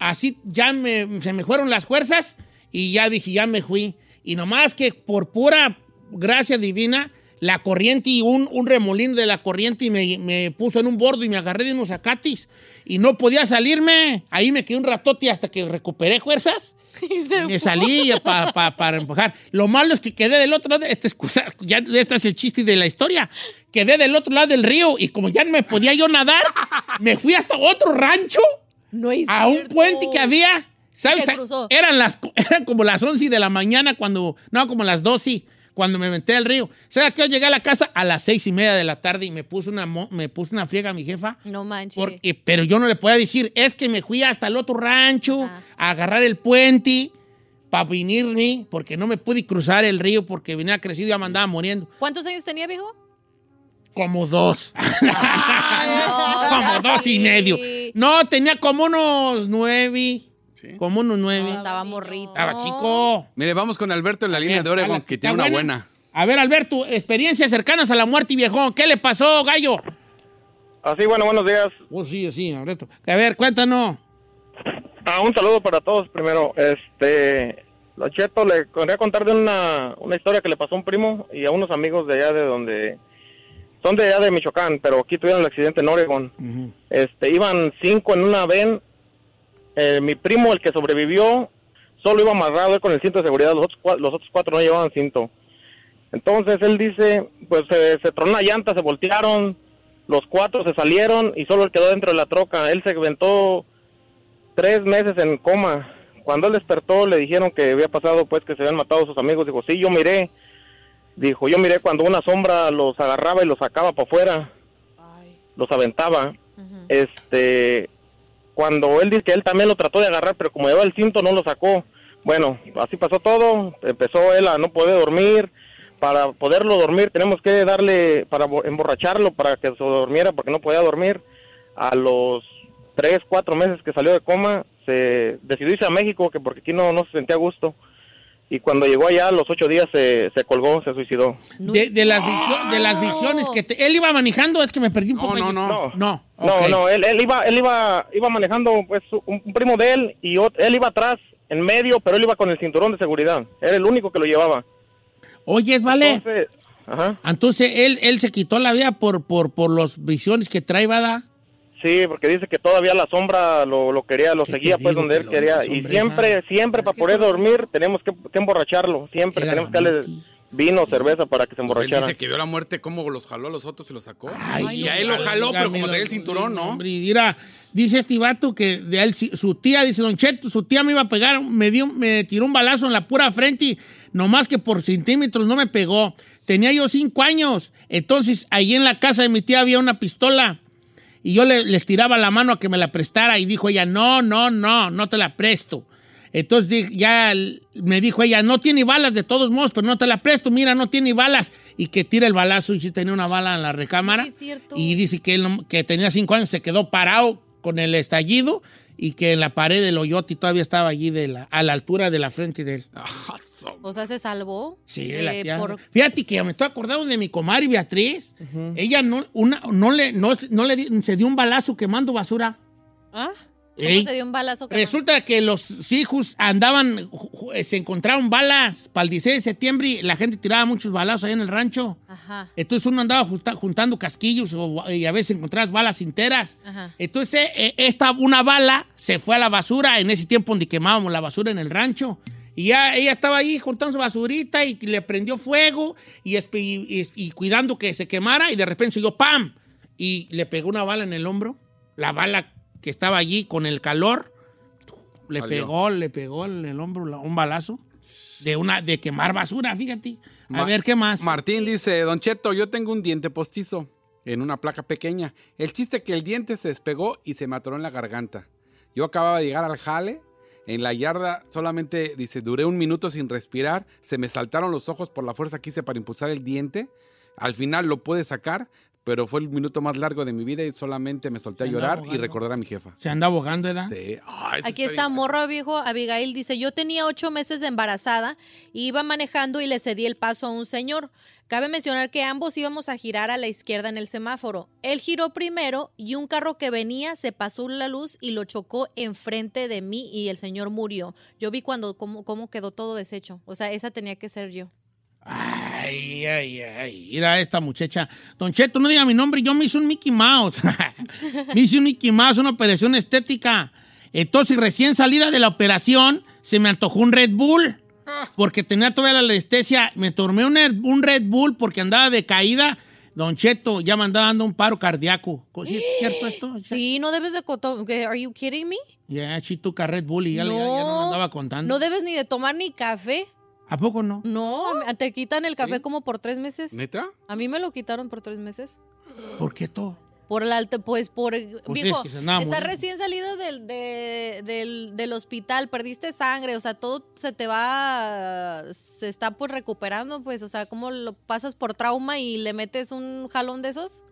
A: así, ya me, se me fueron las fuerzas y ya dije, ya me fui. Y nomás que por pura gracia divina, la corriente y un, un remolino de la corriente y me, me puso en un bordo y me agarré de unos acatis y no podía salirme. Ahí me quedé un ratote hasta que recuperé fuerzas.
B: Y se
A: Me
B: fue.
A: salí pa- pa- para empujar. Lo malo es que quedé del otro lado. Esta es cosa- ya este es el chiste de la historia. Quedé del otro lado del río y como ya no me podía yo nadar, me fui hasta otro rancho,
B: No es
A: a un
B: cierto.
A: puente que había. ¿Sabes?
B: Se cruzó.
A: Eran, las, eran como las 11 de la mañana cuando, no, como las 12 cuando me aventé al río. ¿Sabes que yo llegué a la casa a las seis y media de la tarde y me puso una, mo- me puso una friega a mi jefa?
B: No manches.
A: Porque- pero yo no le podía decir, es que me fui hasta el otro rancho
B: Ah.
A: a agarrar el puente para venirme, porque no me pude cruzar el río porque venía crecido y ya me andaba muriendo.
B: ¿Cuántos años tenía, viejo?
A: Como dos.
B: no,
A: Ah, como
B: no,
A: dos
B: sí.
A: y medio. No, tenía como unos nueve.
C: Sí.
A: Como unos nueve.
B: No, estaba morrito.
A: Estaba chico.
C: Mire, vamos con Alberto en la línea
A: Bien,
C: de Oregon,
A: ala,
C: que
A: ¿está
C: tiene una
A: buena?
C: buena.
A: A ver, Alberto, experiencias cercanas a la muerte, viejón. ¿Qué le pasó, gallo?
G: Así, Ah, bueno, buenos días.
A: Oh, sí, sí, Alberto. A ver, cuéntanos.
G: Ah, un saludo para todos primero. Este, Don Cheto, le quería contar de una, una historia que le pasó a un primo y a unos amigos de allá de donde... Son de allá de Michoacán, pero aquí tuvieron el accidente en Oregon. Este, iban cinco en una ven. Eh, mi primo, el que sobrevivió, solo iba amarrado él con el cinto de seguridad. Los otros, cua- los otros cuatro no llevaban cinto. Entonces él dice, pues se, se tronó la llanta, se voltearon. Los cuatro se salieron y solo él quedó dentro de la troca. Él se aventó tres meses en coma. Cuando él despertó le dijeron que había pasado, pues que se habían matado sus amigos. Dijo, sí, yo miré. Dijo, yo miré cuando una sombra los agarraba y los sacaba para afuera, los aventaba.
B: Ujú.
G: Este, cuando él dice que él también lo trató de agarrar, pero como llevaba el cinto no lo sacó. Bueno, así pasó todo. Empezó él a no poder dormir. Para poderlo dormir tenemos que darle, para bo- emborracharlo, para que se durmiera, porque no podía dormir. A los tres, cuatro meses que salió de coma, se decidió irse a México, que porque aquí no, no se sentía a gusto. Y cuando llegó allá, a los ocho días se, se colgó, se suicidó.
B: No
A: De,
B: es
A: de las
B: cierto.
A: visio- de las visiones que te- él iba manejando, es que me perdí un
C: No,
A: poco.
C: no,
A: ahí.
C: no.
G: No,
A: No,
G: no,
A: ok.
G: no, él, él iba, él iba, iba manejando pues un, un primo de él y ot- él iba atrás, en medio, pero él iba con el cinturón de seguridad. Era el único que lo llevaba.
A: Oyes, vale.
G: Entonces,
A: Entonces, él, él se quitó la vida por, por, por las visiones que trae, ¿verdad?
G: Sí, porque dice que todavía la sombra lo, lo quería, lo seguía pues donde él quería. Y siempre, siempre para poder dormir tenemos que, que emborracharlo. Siempre tenemos que darle vino, cerveza para que
C: Pues
G: se
C: Él
G: emborrachara.
C: dice que vio la muerte, cómo los jaló a los otros y los sacó. y a
A: no,
C: él lo jaló, pero como
A: dígamelo,
C: traía el cinturón, ¿no?
A: Hombre, mira, dice este vato que de él, si- su tía, dice Don Cheto, su tía me iba a pegar, me, dio, me tiró un balazo en la pura frente, y nomás que por centímetros no me pegó. Tenía yo cinco años, entonces ahí en la casa de mi tía había una pistola y yo le- les tiraba la mano a que me la prestara y dijo ella, no, no, no, no te la presto. Entonces di- ya l- me dijo ella, no tiene balas de todos modos, pero no te la presto, mira, no tiene balas. Y que tira el balazo y sí tenía una bala en la recámara. Y dice que, él no- que tenía cinco años, se quedó parado con el estallido y que en la pared del hoyote todavía estaba allí de la, a la altura de la frente de él.
C: Ah,
B: O sea, se salvó.
A: Sí, de la
B: eh,
A: tía.
B: por-
A: Fíjate que me estoy acordando de mi comadre Beatriz. Ella no, una, no le, no, no le di- se dio un balazo quemando basura.
E: ¿Ah?
B: ¿Cómo
A: Ey.
B: se dio un balazo? cabrón?
A: Resulta que los hijos andaban, ju- ju- eh, se encontraron balas para el 16 de septiembre y la gente tiraba muchos balazos ahí en el rancho.
B: Ajá,
A: Entonces uno andaba justa- juntando casquillos o- y a veces encontrabas balas enteras.
B: ajá.
A: Entonces, eh, esta, una bala se fue a la basura en ese tiempo donde quemábamos la basura en el rancho. Y ya ella estaba ahí juntando su basurita y le prendió fuego y, espe- y- y- y cuidando que se quemara y de repente siguió ¡pam! Y le pegó una bala en el hombro. La bala que estaba allí con el calor le
C: Salió.
A: pegó, le pegó en el hombro la- un balazo de, una, de quemar basura, fíjate. A
C: Ma-
A: ver, ¿qué más?
C: Martín dice, Don Cheto, yo tengo un diente postizo en una placa pequeña. El chiste que el diente se despegó y se me atoró en la garganta. Yo acababa de llegar al jale, en la yarda solamente, dice, duré un minuto sin respirar, se me saltaron los ojos por la fuerza que hice para impulsar el diente. Al final lo pude sacar, pero fue el minuto más largo de mi vida y solamente me solté a
A: Se andaba
C: llorar y
A: ahogando.
C: recordar a mi jefa.
A: Se anda abogando, ¿verdad?
C: Sí. Ah, eso
B: Aquí
C: está
B: está
C: bien.
B: Morro Viejo Abigail. Dice: Yo tenía ocho meses de embarazada y iba manejando y le cedí el paso a un señor. Cabe mencionar que ambos íbamos a girar a la izquierda en el semáforo. Él giró primero y un carro que venía se pasó la luz y lo chocó enfrente de mí y el señor murió. Yo vi cuando cómo, cómo quedó todo deshecho. O sea, esa tenía que ser yo.
A: Ay, ay, ay. Mira esta muchacha. Don Cheto, no diga mi nombre. Yo me hice un Mickey Mouse. me hice un Mickey Mouse, una operación estética. Entonces, recién salida de la operación, se me antojó un Red Bull. Porque tenía todavía la anestesia. Me tomé un, Red- un Red Bull porque andaba de caída. Don Cheto, ya me andaba dando un paro cardíaco. ¿Sí es cierto esto?
B: Sí, no debes de. coto- que- ¿Are you kidding me?
A: Ya, chituca Red Bull y ya, le- ya- ya no me
B: No.
A: andaba contando.
B: No debes ni de tomar ni café.
A: ¿A poco no?
B: No, a- te quitan el café como por tres meses.
C: ¿Neta?
B: A mí me lo quitaron por tres meses.
A: ¿Por qué todo?
B: Por la alta, pues por. viejo,
A: es que se andaba
B: estás
A: muriendo.
B: recién salido del, de- del, del hospital, perdiste sangre, o sea, todo se te va. Se está pues recuperando, pues, o sea, ¿cómo lo pasas por trauma y le metes un jalón de esos?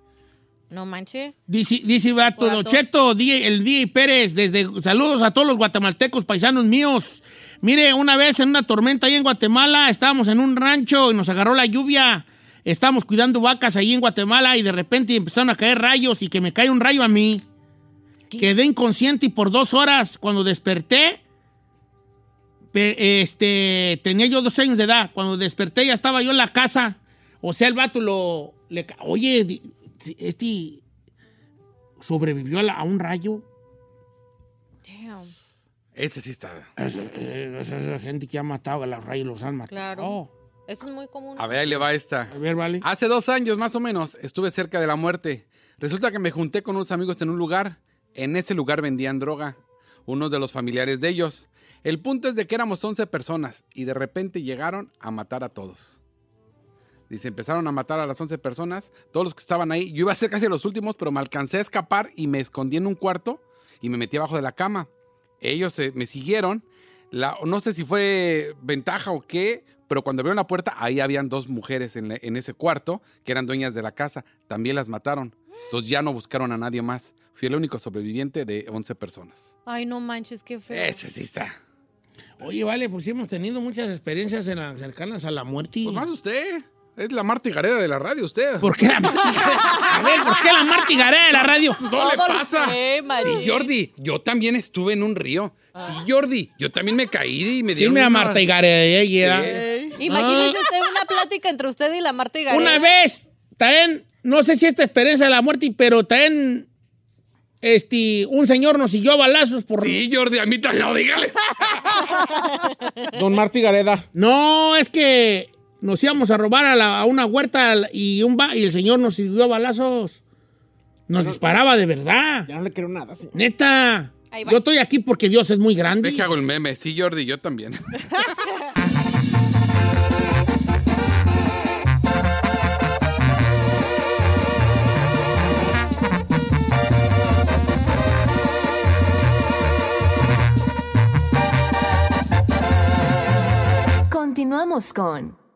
B: No manche.
A: Dice, dice Vato
B: Corazón.
A: Don Cheto, di- el DJ Pérez, desde saludos a todos los guatemaltecos, paisanos míos. Mire, una vez en una tormenta ahí en Guatemala, estábamos en un rancho y nos agarró la lluvia. Estábamos cuidando vacas ahí en Guatemala y de repente empezaron a caer rayos y que me cae un rayo a mí. Quedé inconsciente y por dos horas cuando desperté, pe- este, tenía yo dos años de edad. Cuando desperté ya estaba yo en la casa. O sea, el vato lo... le ca- Oye, di- este sobrevivió a, la- a un rayo.
B: Damn.
C: Ese sí está.
A: Es, eh, es- es la gente que ha matado a los rayos, los han matado.
B: Claro.
A: Oh,
B: Eso es muy común.
C: A ver, ahí le va esta.
A: a ver, vale.
C: Hace dos años más o menos estuve cerca de la muerte. Resulta que me junté con unos amigos en un lugar. En ese lugar vendían droga. Unos de los familiares de ellos. El punto es de que éramos 11 personas y de repente llegaron a matar a todos. Dice, empezaron a matar a las 11 personas, todos los que estaban ahí. Yo iba a ser casi los últimos, pero me alcancé a escapar y me escondí en un cuarto y me metí abajo de la cama. Ellos se- me siguieron. La- no sé si fue ventaja o qué, pero cuando abrieron la puerta, ahí habían dos mujeres en, la- en ese cuarto que eran dueñas de la casa. También las mataron. Entonces ya no buscaron a nadie más. Fui el único sobreviviente de 11 personas.
B: Ay, no manches, qué feo.
C: Ese sí está.
A: Oye, vale, pues sí hemos tenido muchas experiencias en la- cercanas a la muerte.
C: Pues más usted. Es la Marta Gareda de la radio, usted.
A: ¿Por qué la A ver, ¿por qué la martigaré de la radio?
C: No le
B: Todo lo
C: pasa?
B: sé, machín.
C: Sí, Jordi, yo también estuve en un río. Ah. Sí, Jordi, yo también me caí y me
A: Sí,
C: dieron
A: me
C: una-
A: amartigaré.
C: Sí.
B: Imagínese usted una plática entre usted y la Marta y Gareda.
A: Ah. Una vez, también, no sé si esta experiencia de la muerte, pero también, este, un señor nos siguió a balazos por... Sí,
C: Jordi, a mí también, no, dígale.
A: Don Martí Gareda. No, es que nos íbamos a robar a, la- a una huerta y, un ba- y el señor nos siguió a balazos. Nos disparaba de verdad.
D: Ya no le creo nada, señor.
A: Neta.
D: Ahí va.
A: Yo estoy aquí porque Dios es muy grande.
C: Deja hago el meme. Sí, Jordi, yo también.
H: Continuamos con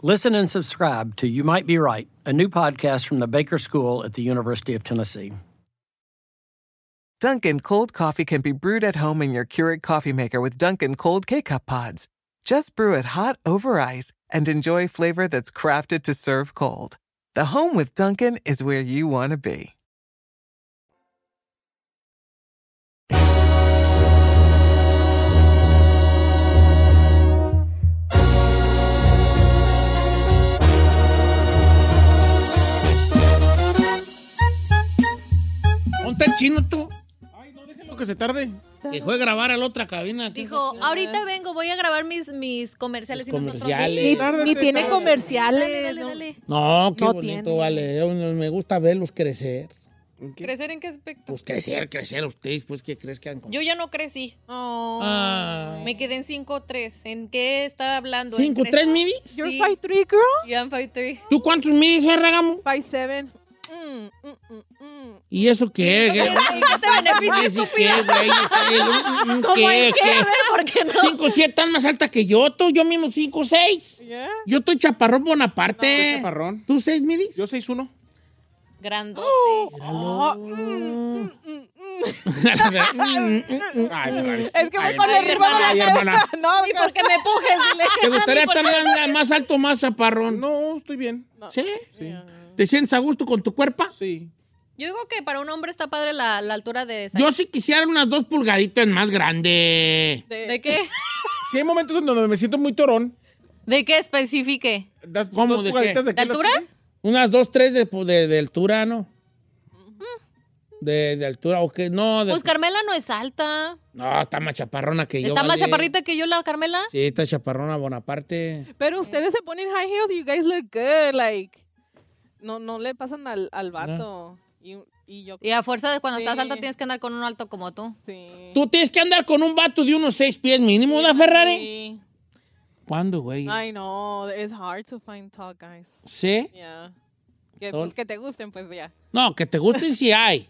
I: Listen and subscribe to You Might Be Right, a new podcast from the Baker School at the University of Tennessee.
J: Dunkin' cold coffee can be brewed at home in your Keurig coffee maker with Dunkin' cold K-cup pods. Just brew it hot over ice and enjoy flavor that's crafted to serve cold. The home with Dunkin' is where you want to be.
A: Ponte el chino tú.
D: Lo que se tarde.
A: Que fue a grabar a la otra cabina.
B: Dijo, ahorita vengo, voy a grabar mis, mis comerciales.
A: Los
B: y nosotros,
A: comerciales.
B: sí.
A: Ni- Tarde, ni tiene tarde.
E: comerciales,
B: Dale, dale, dale.
A: No, qué
B: No
A: bonito,
B: tiene.
A: vale. Yo- me gusta verlos crecer.
B: ¿Crecer en qué aspecto?
A: Pues crecer, crecer ustedes, pues que crezcan. con-
B: Yo ya no crecí.
E: Oh.
A: Ah.
B: Me quedé en 5'3". ¿En qué estaba hablando? ¿En
A: 5'3",
B: crecer?
A: maybe?
B: Sí.
E: You're 5'3", girl?
B: Yeah, I'm 5'3".
A: ¿Tú cuántos mides, Ferragamo?
E: 5'7". Mm, mm, mm,
A: ¿Y eso qué? ¿Qué?
E: ¿Y qué te beneficia, estúpido?
A: ¿Qué, güey? Está bien, un- un
E: ¿Cómo en qué? A ver,
B: ¿por qué no?
A: Cinco, siete, tan más alta que yo, tú, yo mismo cinco, seis. Yo estoy chaparrón Bonaparte.
D: Ah, chaparrón.
A: ¿Tú seis milis?
D: Yo seis uno.
B: Grandote.
A: Oh,
E: Es que voy con el ritmo de la
A: Ay, hermana.
E: cabeza. No,
B: Y porque me empujes. dile.
A: ¿Te gustaría
B: Ni porque-
A: estar más- más alto o más chaparrón?
D: No, estoy bien.
A: ¿Sí? ¿Te sientes a gusto con tu cuerpo?
D: Sí.
B: Yo digo que para un hombre está padre la, la altura de esa.
A: Yo sí quisiera unas dos pulgaditas más grande.
B: ¿De qué?
D: Si hay momentos en donde me siento muy torón.
B: ¿De qué especifique?
A: ¿Cómo?
D: Dos
A: ¿De qué?
D: pulgaditas
B: ¿De
D: aquí, las-
B: altura?
A: Unas dos, tres de, de, de altura, ¿no? De, de altura, ¿o qué? No, de-
B: Pues Carmela no es alta.
A: no, está más chaparrona que yo.
B: ¿Está más
A: vale.
B: chaparrita que yo la Carmela?
A: Sí, está chaparrona Bonaparte.
E: Pero ustedes se ponen high heels, you guys look good, like. No, no le pasan al, al vato. Y, y yo.
B: Y a fuerza de cuando estás
E: Sí.
B: alta tienes que andar con uno alto como tú.
E: Sí.
A: Tú tienes que andar con un vato de unos seis pies mínimo, ¿da Ferrari?
E: Sí.
A: ¿Cuándo, güey?
E: I know, it's hard to find tall guys.
A: ¿Sí?
E: Yeah. Que,
A: Tall.
E: pues, que te gusten, pues ya.
A: No, que te gusten si hay.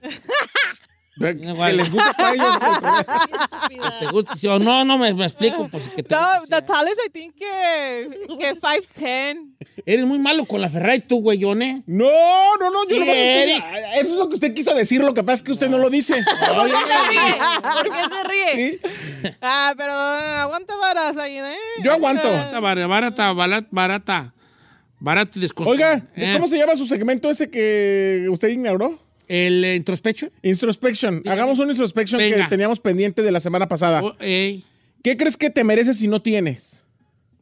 A: que les
D: gusta para ellos.
A: te guste si o no, no me, me explico. Pues que te
E: No, the tallest I think que, que 5'10.
A: Eres muy malo con la Ferrari, tú, güeyón, ¿eh?
D: No, no, no, yo
A: Sí
D: no voy a-
A: eres.
D: Eso es lo que usted quiso decir, lo que pasa es que usted no lo dice.
B: ¿Por qué se ríe? ¿Por qué se ríe?
D: Sí,
E: Ah, pero ah, aguanta varas ahí, ¿eh?
D: yo aguanto.
A: Barata, bar- barata, barata, barata. Barata y descontrol.
D: Oiga, ¿de
A: Eh,
D: ¿cómo se llama su segmento ese que usted ignoró?
A: ¿El eh, introspecho?
D: Introspection. Hagamos un introspection que
A: Venga.
D: teníamos pendiente de la semana pasada.
A: Oh, ey,
D: ¿Qué crees que te mereces si no tienes?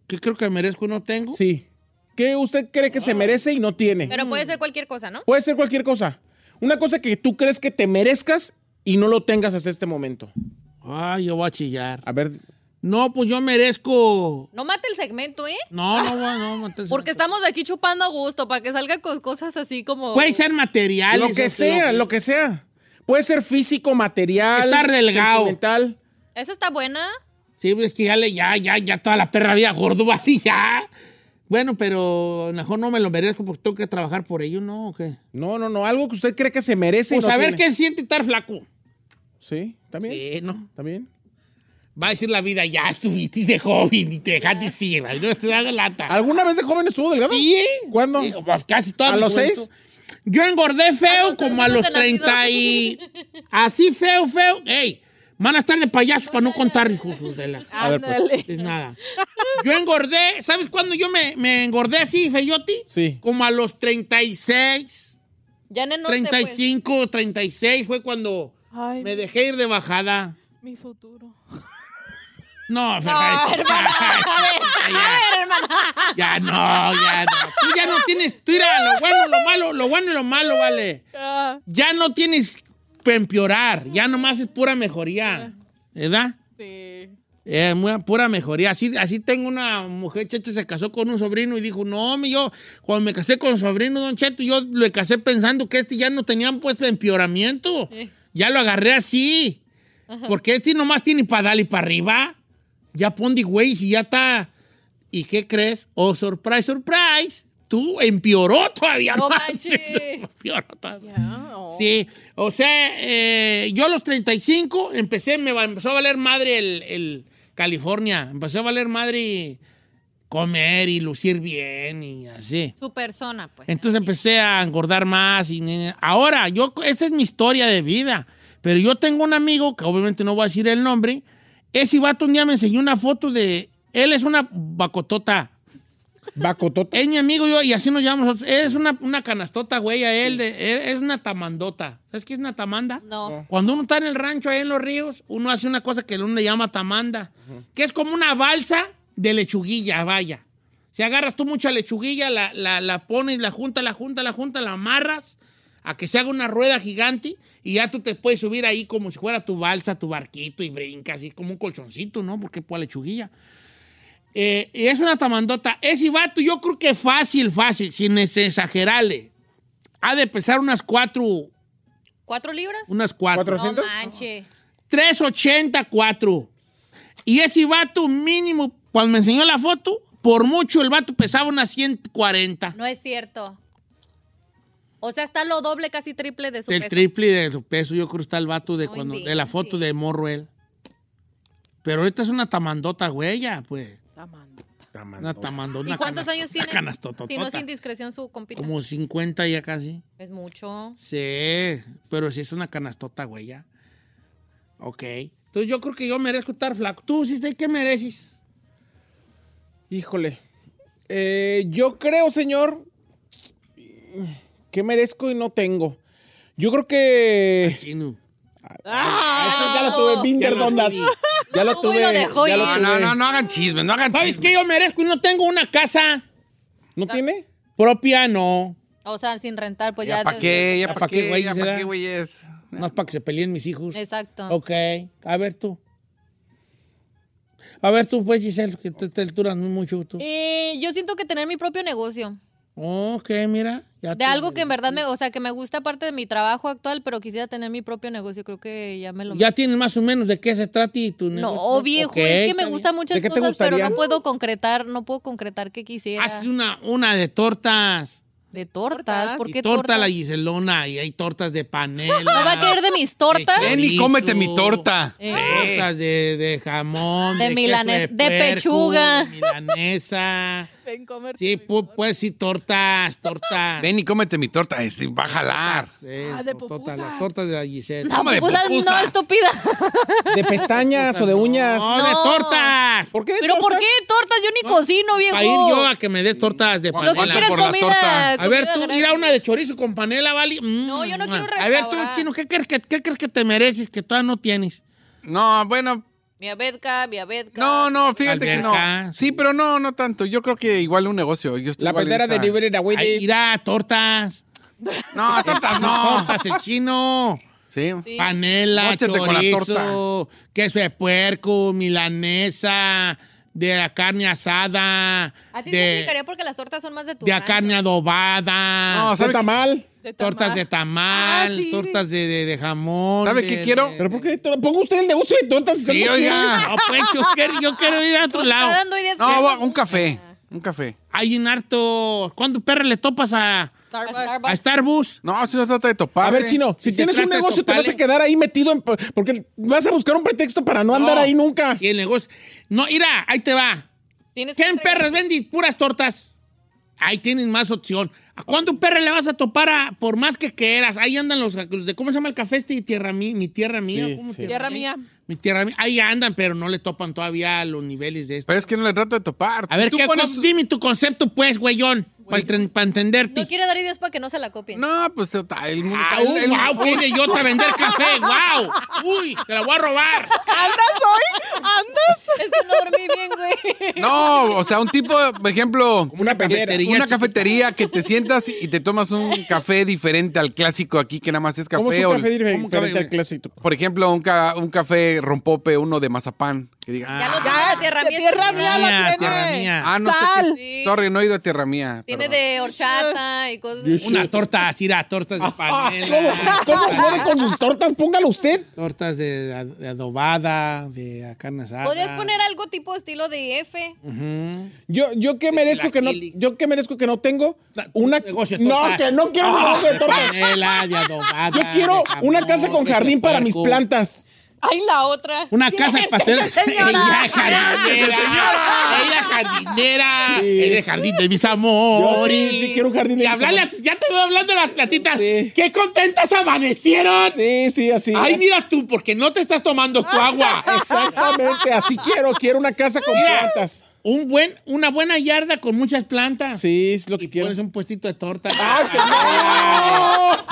A: ¿Qué creo que merezco y no tengo?
D: Sí. ¿Qué usted cree
A: Ah.
D: que se merece y no tiene?
B: Pero puede ser cualquier cosa, ¿no?
D: Puede ser cualquier cosa. Una cosa que tú crees que te merezcas y no lo tengas hasta este momento.
A: Ay, yo voy a chillar.
D: A ver,
A: No, pues yo merezco...
B: No mate el segmento, ¿eh?
A: No, no, voy a- no, no. entonces-
B: Porque estamos aquí chupando a gusto para que salga con cosas así como.
A: Puede ser material.
D: lo que sea, lo que sea. Puede ser físico, material,
A: Estar delgado.
D: sentimental.
B: Esa está buena.
A: Sí, pues es que ya, le- ya, ya, ya toda la perra vida gordo, vale, ya. Bueno, pero mejor no me lo merezco porque tengo que trabajar por ello, ¿no? ¿O qué?
D: No, no, no, algo que usted cree que se merece
A: Pues
D: y no
A: a ver
D: tiene.
A: qué se siente estar flaco.
D: Sí, también.
A: Sí, ¿no?
D: También.
A: Va a decir la vida, ya estuviste de joven y te dejaste decir, ¿vale? no estoy dando lata.
D: ¿Alguna vez de joven estuvo delgado?
A: Sí,
D: ¿Cuándo?
A: Sí, pues casi toda
D: ¿A
A: mi
D: los
A: juventud.
D: seis?
A: Yo engordé feo como a los 30 y... Así feo, feo. ¡Ey! Van a estar de payasos para no contar, hijos de la...
E: Ah.
K: A ver, pues. Ándale.
A: Es nada. Yo engordé, ¿sabes cuándo yo me, me engordé así, Feyoti?
D: Sí.
A: Como a los 36,
B: Ya en el norte, pues.
A: 35, 36 fue cuando me dejé ir de bajada.
E: Mi futuro.
A: No, Ferrari.
K: No, hermana.
A: A ver,
B: hermana.
A: Ya no, ya no. Tú ya no tienes. Tú mira, lo bueno, lo malo, lo bueno y lo malo, vale. Ya no tienes que empeorar. Ya nomás es pura mejoría. ¿Verdad? Eh, muy- pura mejoría. Así, así tengo una mujer, Cheche, se casó con un sobrino y dijo, no, mi, yo cuando me casé con sobrino, don Cheto, yo le casé pensando que este ya no tenía pues empeoramiento.
K: Eh.
A: Ya lo agarré así.
K: Ajá.
A: Porque este nomás tiene para dar y para arriba. Ya pondi, güey, si ya está. ¿Y qué crees? Oh, surprise, surprise. Tú empeoró todavía
K: No
A: más.
K: manches. oh.
A: empeoró todavía. Sí, o sea, eh, yo a los 35 empecé, me va- empezó a valer madre el, el California. Empezó a valer madre comer y lucir bien y así.
B: Su persona, pues.
A: Entonces empecé a engordar más. Y, eh, ahora, yo, esa es mi historia de vida. Pero yo tengo un amigo, que obviamente no voy a decir el nombre. Ese vato un día me enseñó una foto de. Él es una bacotota.
D: Bacotota.
A: Es mi amigo yo, y así nos llamamos nosotros. Es una, una canastota, güey, a él. de- él es una tamandota. ¿Sabes qué es una tamanda?
B: No.
A: Cuando uno está en el rancho, ahí en los ríos, uno hace una cosa que uno le llama tamanda, que es como una balsa de lechuguilla, vaya. Si agarras tú mucha lechuguilla, la, la, la pones, la junta, la junta, la junta, la amarras a que se haga una rueda gigante y ya tú te puedes subir ahí como si fuera tu balsa, tu barquito y brincas, así como un colchoncito, ¿no? Porque pues lechuguilla. Eh, y es una tamandota. Ese vato yo creo que fácil, fácil, sin exagerarle. Ha de pesar unas cuatro,
B: ¿Cuatro libras?
A: unas cuatro.
B: No manche.
A: 384. Y ese vato mínimo, cuando me enseñó la foto, por mucho el vato pesaba unas 140.
B: No es cierto. O sea, está lo doble, casi triple de su
A: El
B: peso.
A: triple de su peso, yo creo que está el vato de,
B: No
A: cuando, de
B: inventes.
A: la foto de Morruel. Pero ahorita es una tamandota, güey, ya, pues. Una tamandota.
B: ¿Y
A: una
B: cuántos
A: canasta-
B: años
A: una
B: tiene?
A: canastototota.
B: Si no es indiscreción su compita.
A: Como 50 ya casi.
B: Es mucho.
A: Sí, pero si es una canastota, güey, ya. Ok. Entonces yo creo que yo merezco estar flaco. Tú, sí, sé ¿qué mereces?
D: Híjole. Eh, yo creo, señor, que merezco y no tengo. Yo creo que...
A: Ah,
D: ya lo tuve, Binder Donut. Ya lo tuve. ya lo tuve.
C: No, no, no hagan chismes, no hagan
A: ¿Sabes
C: chismes.
A: qué yo merezco y no tengo una casa?
D: ¿No tiene?
A: Propia, no.
B: O sea, sin rentar, pues ya.
A: ¿Ya pa' güey, ¿verdad? No es para que se peleen mis hijos.
B: Exacto.
A: Ok. A ver tú. A ver tú, pues, Giselle, que te, te alturas muy mucho tú.
B: Eh, yo siento que tener mi propio negocio.
A: Ok, mira. ya
B: De
A: tú
B: algo que en verdad me, o sea, que me gusta aparte de mi trabajo actual, pero quisiera tener mi propio negocio. Creo que ya me lo.
A: Ya tienes más o menos de qué se trata y tu negocio.
B: no, oh, viejo,
A: Ok,
B: es que
A: está
B: me
A: bien.
B: gustan muchas cosas, pero no puedo concretar, no puedo concretar que quisiera.
A: Haz una, una de tortas.
B: De tortas, ¿por
A: Y
B: qué
A: torta
B: tortas?
A: la Giselona y hay tortas de panela.
B: ¿No va a querer de mis tortas?
A: de
C: Ven y
A: chorizo,
C: cómete mi torta.
B: Eh.
A: Tortas de, de jamón.
B: De
A: queso
B: milanes- de
A: puerco,
B: pechuga.
A: de Milanesa. Sí, pu- pues sí, tortas, tortas.
C: Ven y cómete mi torta, este, va a jalar.
A: Ah, de tortas, las tortas de la Giselle.
B: No, pues, no, estúpida.
D: ¿De pestañas o de uñas?
A: No, de
B: No.
A: tortas.
D: ¿Por qué? de
B: ¿Pero por
D: tortas?
B: qué tortas? Yo ni cocino, viejo.
A: Para ir yo a que me des tortas de
B: Lo que
A: panela.
B: quieras Por la comida- torta.
A: A ver,
B: comida
A: tú,
B: grande.
A: ir a una de chorizo con panela, ¿vale?
B: No, yo no quiero
A: A ver, tú,
B: restaurar.
A: Chino, ¿qué crees, que, ¿qué crees que te mereces que todavía no tienes?
C: No, bueno,
B: Mi abedca, mi abedca.
C: no, no, fíjate que
A: Alberca.
C: no. Sí, pero no, no tanto. Yo creo que igual un negocio. Yo estoy
D: La
C: igual en
D: perdera de
C: esa-
D: Liberty Away.
A: Ay, irá, tortas.
C: No, tortas no.
A: Tortas el chino.
C: Sí.
A: Panela,
C: Móchate con la
A: chorizo, queso de puerco, milanesa, de la carne asada,
B: A ti te
A: de,
B: explicaría porque las tortas son más de tu
A: de la
B: rancho.
A: carne adobada.
C: No, ¿sabe qué-
D: tamal.
A: Tortas de tamal,
B: Ah, sí,
A: tortas de, de- de jamón.
C: ¿Sabe
A: de-
C: qué quiero?
A: de-
D: ¿Pero por qué? Pongo usted el negocio de tortas.
C: Sí,
D: ¿Cómo
C: oiga.
A: No, pues, yo quiero, yo quiero ir a otro
B: Está
A: lado.
B: dando ideas.
C: No, va- un café, un café.
A: Hay un harto... ¿Cuándo perra le topas a,
B: Starbucks.
A: a Starbucks?
C: No, si no trata de topar. eh.
D: A ver, chino, si
A: Si se
D: tienes un
A: trata de
D: negocio te vas a
A: toparle-
D: quedar ahí metido en- porque vas a buscar un pretexto para no, andar
A: No.
D: ahí nunca.
A: Si el negocio... No, mira, ahí te va.
B: Tienes que
A: ¿Quién
B: entregar-
A: perras vende puras tortas? Ahí tienen más opción. ¿A cuánto perra le vas a topar a- por más que quieras? Ahí andan los, los de ¿cómo se llama el café este? Tierra mía, mi tierra mía.
D: Sí,
A: ¿Cómo
D: sí.
E: Tierra mía.
A: Mi tierra mía. Ahí andan, pero no le topan todavía los niveles de esto.
C: Pero es que no le trato de topar.
A: A ver,
C: tú
A: ¿qué,
C: pones-
A: con- dime tu concepto, pues, güeyón, para entenderte.
B: No quiere dar ideas para que no se la copien.
C: No, pues total, el mundo.
A: Ah,
C: el- el-
A: wow, qué idiota vender café, wow. Uy, te la voy a robar.
E: ¿Andas hoy? ¿Andas?
B: Es que no dormí bien, güey.
C: No, o sea, un tipo, por ejemplo, una
A: cafetería
C: una
A: chiquita.
C: cafetería que te sientas y te tomas un café diferente al clásico aquí que nada más es café.
D: ¿Cómo es
C: o
D: un
C: el-
D: café diferente
C: ¿cómo un café?
D: al clásico?
C: Por ejemplo, un, ca- un café rompope, uno de mazapán, que diga,
B: Ya
C: ah,
B: lo tiene la tierra mía.
E: Tierra
B: está
E: mía
B: olvidada.
E: la
A: Mía,
E: tiene.
A: tierra mía.
C: ah, no sé
E: Sal.
C: qué- Sorry, no he ido a tierra mía.
B: Tiene
C: perdón.
B: de horchata y cosas. así.
A: Unas tortas, mira, tortas de
D: Ah,
A: panela.
D: ¿Cómo puede con sus tortas? Póngalo usted.
A: Tortas de, ad- de adobada, de carne asada.
B: Podrías poner algo tipo estilo de F.
D: Mm.
A: Ujú.
D: Yo, yo que merezco que no,
A: Chilaquiles.
D: yo que merezco que no tengo
A: Ta-
D: una
A: negocio de
D: no
A: tortas.
D: que no quiero un
A: Ah,
D: negocio de tortas.
A: panela, de adobada,
D: Yo quiero
A: de jamón,
D: una casa con
A: de
D: jardín para mis
A: puerco.
D: plantas.
B: Ay, la otra.
A: Una casa para tener. Ella
E: señora!
A: es jardinera. Ella es jardinera. Ella es jardín de mis amores.
D: Yo sí, sí quiero un jardín de
A: y
D: mis
A: hablarle a-
D: amores.
A: Ya te veo hablando de las platitas.
D: Sí.
A: ¡Qué contentas amanecieron!
D: Sí, sí, así.
A: Ay, mira tú, porque no te estás tomando tu agua.
D: Exactamente, así quiero, quiero una casa con
A: Mira.
D: plantas.
A: Un buen, una buena yarda con muchas plantas.
D: Sí, es lo
A: Y
D: que quiero. Ah,
A: pones un puestito de torta.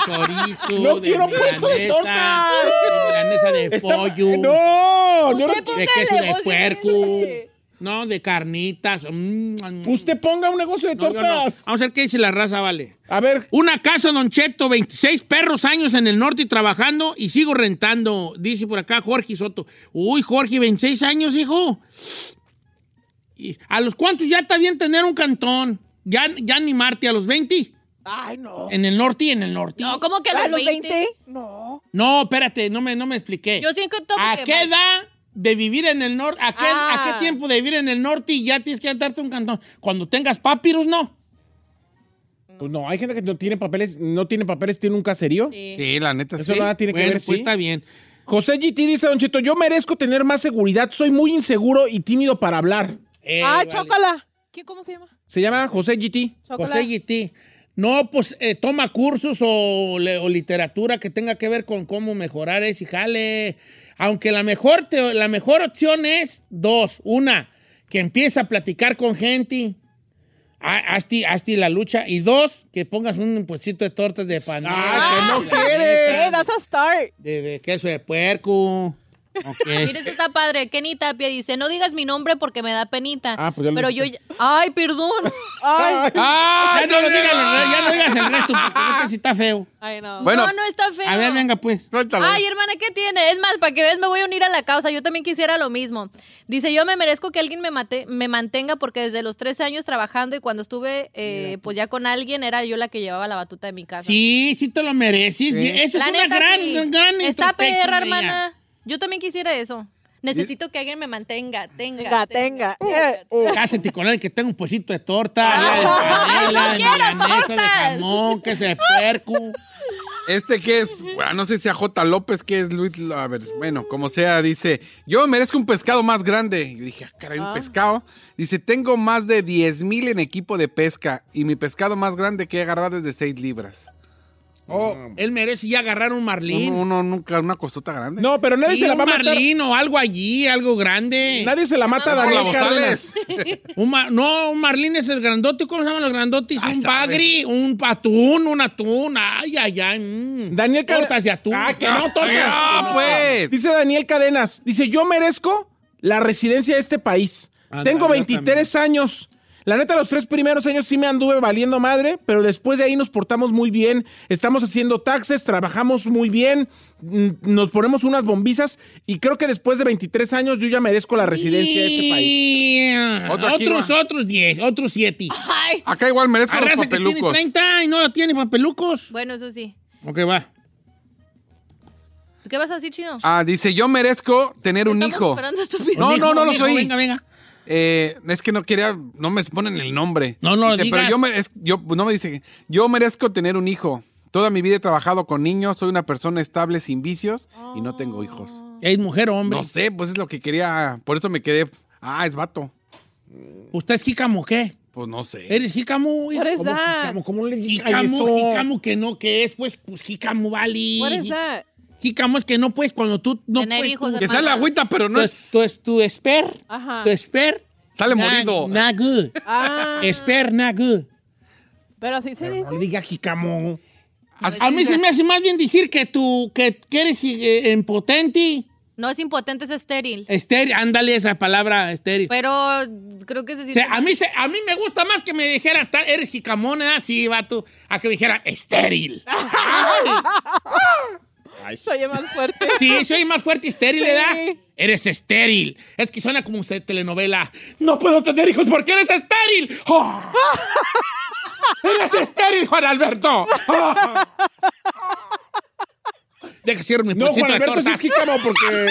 A: Chorizo.
D: No quiero puesto de
A: milanesa,
D: torta.
A: De milanesa de
D: Está- eh,
A: pollo.
D: No, yo
B: Usted
D: no-
B: ponga
A: de
B: el
A: queso de
B: negocio,
A: puerco.
B: sí.
A: No, de carnitas. Mm, mm.
D: usted ponga un negocio de
A: No, Ah, yo no.
D: tortas.
A: Vamos a ver qué dice la raza, vale.
D: A ver,
A: Una casa, Don Cheto, 26 perros años en el norte y trabajando y sigo rentando. Dice por acá Jorge Soto. Uy, Jorge, 26 años, hijo. Y ¿A los cuantos ya está bien tener un cantón? Ya, ya animarte a los 20.
E: Ay, no.
A: En el norte y en el norte.
B: No, como que a los, 20?
E: No.
A: No, espérate, no me, no me expliqué.
B: Yo siento que
A: ¿A qué edad de vivir en el norte? ¿A qué,
E: Ah.
A: a qué tiempo de vivir en el norte y ya tienes que darte un cantón? Cuando tengas papirus, no.
D: pues no, hay gente que no tiene papeles, no tiene papeles, tiene un caserío.
B: Sí.
C: Sí, la neta
D: Eso
C: sí.
D: nada tiene
A: Bueno,
D: que ver,
A: pues
D: sí.
A: está bien.
B: Ah,
D: José GT dice, Don Cheto, yo merezco tener más seguridad, soy muy inseguro y tímido para hablar.
A: Eh,
E: Ah,
A: vale.
E: chócala. ¿Qué- ¿Cómo se llama?
D: Se llama José GT.
E: Chócala.
A: José Guití. Pues, No, pues eh, toma cursos o, le- o literatura que tenga que ver con cómo mejorar ese jale. Aunque la mejor, teo- la mejor opción es dos. Una, que empiece a platicar con gente. Ha- Hazte, hazte la lucha. Y dos, que pongas un puestito de tortas de pan.
D: Ah, que no
E: Hey, Eh, that's a start.
A: De, de queso de puerco.
B: Mira, ese está padre. Kenny Tapia dice, no digas mi nombre porque me da penita.
D: Ah, pues ya lo
B: Pero yo...
D: dijiste.
B: Ay, perdón.
E: Ay,
C: Ah,
A: Ya no, lo
C: entonces-
A: digas, el re- ya no digas el resto, porque este sí está feo.
E: ay, no.
C: Bueno.
B: no, no está feo.
A: A ver, venga, pues.
C: Suéltalo.
B: Ay, hermana, ¿qué tiene? Es más, para que veas, me voy a unir a la causa. Yo también quisiera lo mismo. Dice, yo me merezco que alguien me, mate, me mantenga porque desde los 13 años trabajando y cuando estuve, eh, pues ya con alguien, era yo la que llevaba la batuta de mi casa.
A: Sí, sí te lo mereces. Bien, Esa
B: La
A: es una
B: neta,
A: gran,
B: sí.
A: gran
B: Está
A: introspection,
B: perra,
A: mía.
B: hermana. Yo también quisiera eso. Necesito que alguien me mantenga. Tenga,
E: Tenga, tenga. Eh, eh.
A: Cásate con alguien que tenga un puesito de torta,
B: Ay,
A: de panela,
B: no
A: de
B: Ah. quiero
A: milanesa, de
B: tortas.
A: jamón, que se puerco.
C: Este que es, bueno, no sé si a J. López, que es Luis, Lo- a ver, bueno, como sea, dice, yo merezco un pescado más grande. Yo dije, ah, caray, un pescado. Dice, tengo más de 10 mil en equipo de pesca y mi pescado más grande que he agarrado es de 6 libras.
A: Oh, él merece ya agarrar un marlín.
C: Uno, uno nunca, una costota grande.
D: No, pero nadie
A: Sí,
D: se la
A: un
D: va a matar.
A: marlín o algo allí, algo grande.
D: Nadie se la mata a
C: Ah, Por la
D: Daniel Cárdenas.
C: González.
A: Un ma- no, un marlín es el grandote. ¿Cómo se llaman los grandotes?
C: Ah,
A: un
C: sabe.
A: bagri, un atún, un atún. Ay, ay, ay. mm.
D: Daniel Cárdenas.
A: Tortas de atún.
D: Ah, que no, tortas.
C: Ah, pues.
D: Dice Daniel Cadenas, dice, yo merezco la residencia de este país.
A: Ándale,
D: Tengo
A: yo
D: 23 años. La neta, los tres primeros años sí me anduve valiendo madre, pero después de ahí nos portamos muy bien. Estamos haciendo taxes, trabajamos muy bien, mm, nos ponemos unas bombizas y creo que después de 23 años yo ya merezco la residencia de este país.
A: Yeah.
C: Otro aquí,
A: otros,
C: va.
A: otros 10, otros 7.
B: Ay.
C: Acá igual merezco los
A: Arrasa que tiene
C: papelucos.
A: 30 y no la tiene papelucos.
B: Bueno, eso sí.
A: Ok, va.
B: ¿Tú ¿Qué vas a decir, Chino?
C: Ah, dice, yo merezco tener un
B: Estamos
C: hijo.
B: esperando tu opinión.
C: No,
A: Un hijo,
C: no, no
A: un
C: lo
A: hijo,
C: soy.
A: Pues Venga, venga.
C: Eh, es que no quería, no me ponen el nombre.
A: No, no lo
C: Dice,
A: digas.
C: Pero yo, merez- yo- no me dice, yo merezco tener un hijo. Toda mi vida he trabajado con niños, soy una persona estable sin vicios y no tengo hijos.
A: ¿Es mujer o hombre?
C: No sé, pues es lo que quería, por eso me quedé. Ah, es vato.
A: ¿Usted es jícamo o qué?
C: Pues no sé.
A: Eres jícamo. hijo.
E: What is
A: ¿Cómo
E: that?
A: jícamo?
D: ¿Cómo le
A: Jícamo, jícamo que no, que es, pues, pues jícamo, vale.
E: What is that?
A: Jícamo es que no puedes, cuando tú no
B: Tener
A: puedes.
B: hijos,
A: tú-
B: Que sale hermano.
C: agüita, pero no
A: tu,
C: es-
A: Tu, tu esper,
E: Ajá.
A: tu esper.
C: Sale
A: na-
C: morido.
A: Na good.
E: Ah,
A: Esper, na good.
E: pero así se
D: No
E: dice.
D: le diga jicamo.
A: A mí se me hace más bien decir que tú, que, que eres eh, impotente.
B: No es impotente, es estéril.
A: Estéril, ándale esa palabra, estéril.
B: Pero creo que se
A: O
B: siente
A: sea, a, mí se- a mí me gusta más que me dijera, "Ta- eres jicamona, así, vato, a que me dijera, estéril.
E: Se oye más fuerte.
A: Sí, soy más fuerte y estéril,
E: Sí.
A: ¿verdad? Eres estéril. Es que suena como una telenovela. No puedo tener hijos porque eres estéril. ¡Oh! ¡Eres estéril, Juan Alberto! ¡Oh! Deja cierro mi
D: No,
A: pancito
D: Juan
A: de
D: Alberto sí
A: tortas.
D: es jicamo porque.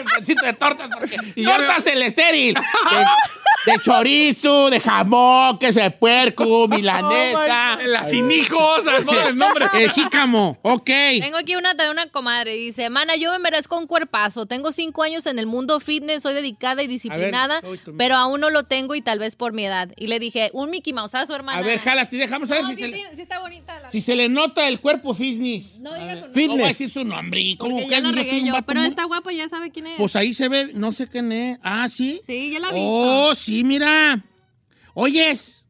A: Un pancito de tortas porque
C: Y ya
A: tortas el estéril de, de chorizo, de jamón, queso de puerco, milanesa,
C: Las sinijosas, no el nombre.
A: el jícamo, ok.
B: Tengo aquí una de una comadre. Dice, Mana, yo me merezco un cuerpazo. Tengo cinco años en el mundo fitness, soy dedicada y disciplinada,
A: soy tu-
B: pero aún no lo tengo y tal vez por mi edad. Y le dije, un Mickey Mouseazo, hermana.
A: A ver, jala, si dejamos a ver
B: No,
A: si,
B: sí,
A: se
B: sí,
A: le,
B: sí está bonita la...
A: si se le nota el cuerpo fitness.
B: No digas su nombre.
A: No voy a
D: Fitness.
A: decir su nombre. ¿Cómo
B: porque
A: que
B: ya la
A: no soy
B: regué
A: un
B: yo,
A: vato
B: pero
A: muy-
B: está guapo, ya sabe quién es.
A: Pues ahí se ve, no sé quién es. Ah, sí.
B: sí, ya la vi.
A: Oh, sí, mira. Oyes.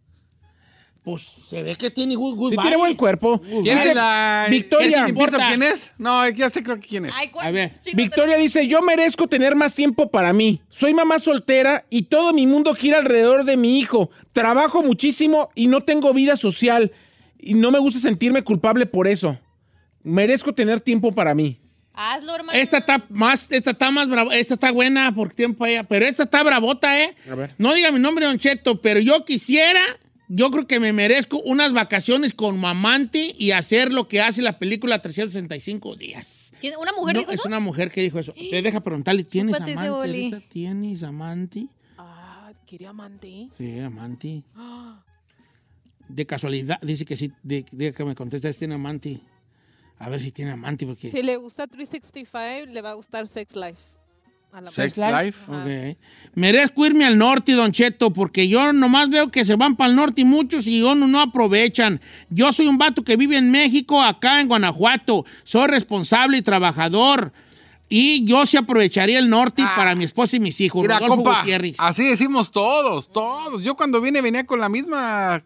A: Pues se ve que tiene good, good
D: Sí
A: body.
D: tiene buen cuerpo.
C: ¿Quién
D: Dice
C: es la-
D: Victoria.
C: ¿Quién
A: pues, importa?
C: piensa quién es? No, ya sé creo que quién es.
B: Ay, ¿cuál?
A: A ver,
B: Sí, no te-
D: Victoria dice, yo merezco tener más tiempo para mí. Soy mamá soltera y todo mi mundo gira alrededor de mi hijo. Trabajo muchísimo y no tengo vida social. Y no me gusta sentirme culpable por eso. Merezco tener tiempo para mí.
B: Hazlo, hermana.
A: Esta está más, esta está más bravo, esta está buena por tiempo ella, pero esta está bravota, ¿eh?
D: A ver.
A: No diga mi nombre, Don Cheto, pero yo quisiera, yo creo que me merezco unas vacaciones con mamante y hacer lo que hace la película 365 días.
B: ¿Quién- ¿Una mujer
A: No,
B: dijo
A: es
B: eso?
A: una mujer que dijo eso. Te deja preguntarle, ¿tienes
B: Chúpate ese
A: amante?
B: boli.
A: ahorita? ¿Tienes amante?
E: Ah, quería amante.
A: Sí, amante. De casualidad, dice que sí, de, de que me contestas, tiene amante. A ver si tiene amante, porque...
E: Si le gusta 365, le va a gustar Sex Life. A la
C: Sex
E: mujer.
C: Life.
E: Ajá.
A: Ok. Merezco irme al norte, Don Cheto, porque yo nomás veo que se van para el norte y muchos y yo no, no aprovechan. Yo soy un vato que vive en México, acá en Guanajuato. Soy responsable y trabajador. Y yo sí aprovecharía el norte
C: Ah.
A: para mi esposa y mis hijos.
C: Mira,
A: Rodolfo
C: compa,
A: Gutiérrez.
C: así decimos todos, todos. Yo cuando vine venía con la misma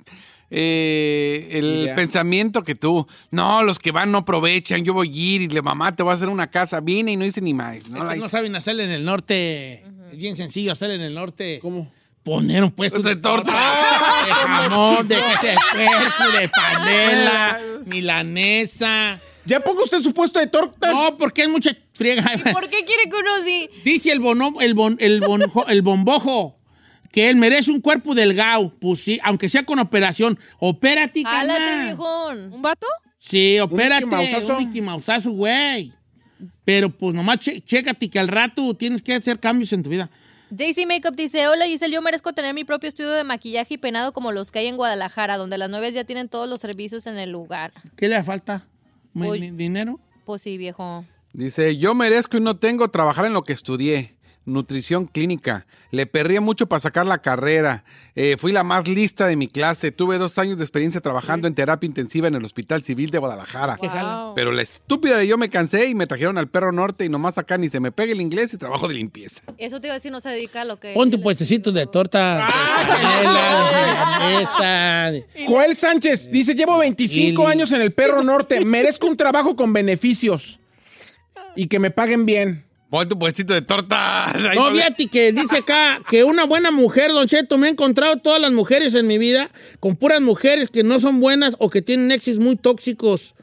C: eh, el
D: Idea.
C: pensamiento que tú. No, los que van no aprovechan, yo voy a ir y le mamá te voy a hacer una casa. Vine y no hice ni más.
A: Estos
C: No la
A: no
C: hice.
A: saben hacer en el norte. Es bien sencillo hacer en el norte.
D: ¿Cómo?
A: Poner un puesto
C: De torta.
A: de jamón, de queso de puerco, de panela, milanesa.
D: ¿Ya pongo usted su puesto de tortas?
A: No, porque es mucha friega.
B: Pues- ¿Y por qué quiere que uno sí?
A: Dice el, bono- el, bon- el bonjo- el bombojo que él merece un cuerpo delgado. Pues sí, aunque sea con operación. Opérate,
B: Jálate,
A: carnal.
B: viejón.
E: ¿Un vato?
A: Sí, opérate.
D: Mickey Mouseazo.
A: Un Mickey Mouseazo, güey. Pero pues nomás che- chécate que al rato tienes que hacer cambios en tu vida.
B: JC Makeup dice, hola Giselle, yo merezco tener mi propio estudio de maquillaje y penado como los que hay en Guadalajara, donde las novias ya tienen todos los servicios en el lugar.
A: ¿Qué le falta? ¿Mi-
B: Voy.
A: mi ¿Dinero?
B: Pues sí, viejo.
C: Dice, yo merezco y no tengo trabajar en lo que estudié. Nutrición clínica. Le perría mucho para sacar la carrera. Eh, fui la más lista de mi clase. Tuve dos años de experiencia trabajando en terapia intensiva en el Hospital Civil de Guadalajara.
A: Qué jala.
C: Pero la estúpida de yo me cansé y me trajeron al perro norte y nomás acá ni se me pega el inglés y trabajo de limpieza.
B: Eso te iba a decir, no se dedica a lo que...
A: Pon tu puestecito de torta. de Ah, panela, de milanesa, de-
D: Joel
A: Eh,
D: Sánchez dice, llevo 25
A: Ili.
D: años en el Perro Norte, merezco un trabajo con beneficios y que me paguen bien.
C: Pon tu puestito de torta. Ahí
A: No,
C: no le-
A: fíjate que dice acá que una buena mujer, Don Cheto, me he encontrado todas las mujeres en mi vida con puras mujeres que no son buenas o que tienen exes muy tóxicos,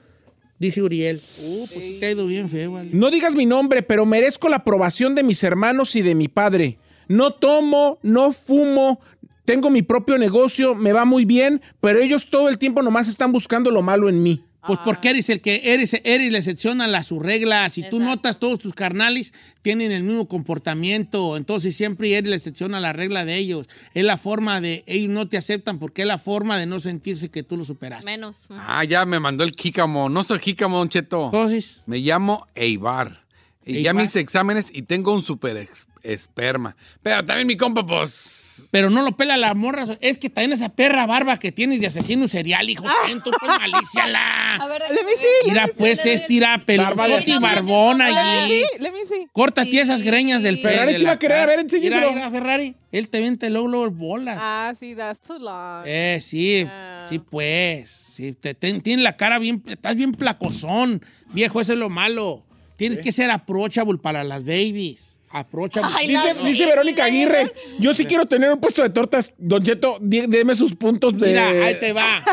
A: dice Uriel. Uh, pues sí te ha ido bien feo, vale.
D: No digas mi nombre, pero merezco la aprobación de mis hermanos y de mi padre. No tomo, no fumo, tengo mi propio negocio, me va muy bien, pero ellos todo el tiempo nomás están buscando lo malo en mí.
A: Pues porque eres el que eres, eres la excepción a las sus reglas. Si tú notas, todos tus carnales tienen el mismo comportamiento. Entonces siempre eres la excepción a la regla de ellos. Es la forma de, ellos no te aceptan porque es la forma de no sentirse que tú lo superaste.
B: Menos.
C: Ah, ya me mandó el jícamo. No soy jícamo, Don Cheto.
A: Entonces,
C: Me llamo Eibar. Y ya mis exámenes y tengo un super ex- esperma. Pero también mi compa, pues.
A: Pero no lo pela la morra. Es que también esa perra barba que tienes de asesino serial, hijo.
D: Ah.
A: también tú, pues, malíciala.
B: A ver,
A: Mira, pues es tira pelota y barbona allí.
E: Let me see.
A: Córtate esas greñas del pelo.
D: Ferrari sí va a querer, a ver, enséñeselo.
A: Mira, mira, Ferrari. Él te vente luego, luego bolas.
E: Ah, sí, that's too long.
A: Eh, sí,
D: Ah.
A: sí, pues. Sí, te, ten- tienes la cara bien, estás bien placozón, viejo, eso es lo malo. Tienes que ser approachable para las babies. Approachable.
B: Dice-
A: Mira,
D: Dice Verónica Aguirre, yo sí quiero tener un puesto de tortas. Don Cheto, di- deme sus puntos de...
A: Mira, ahí te va.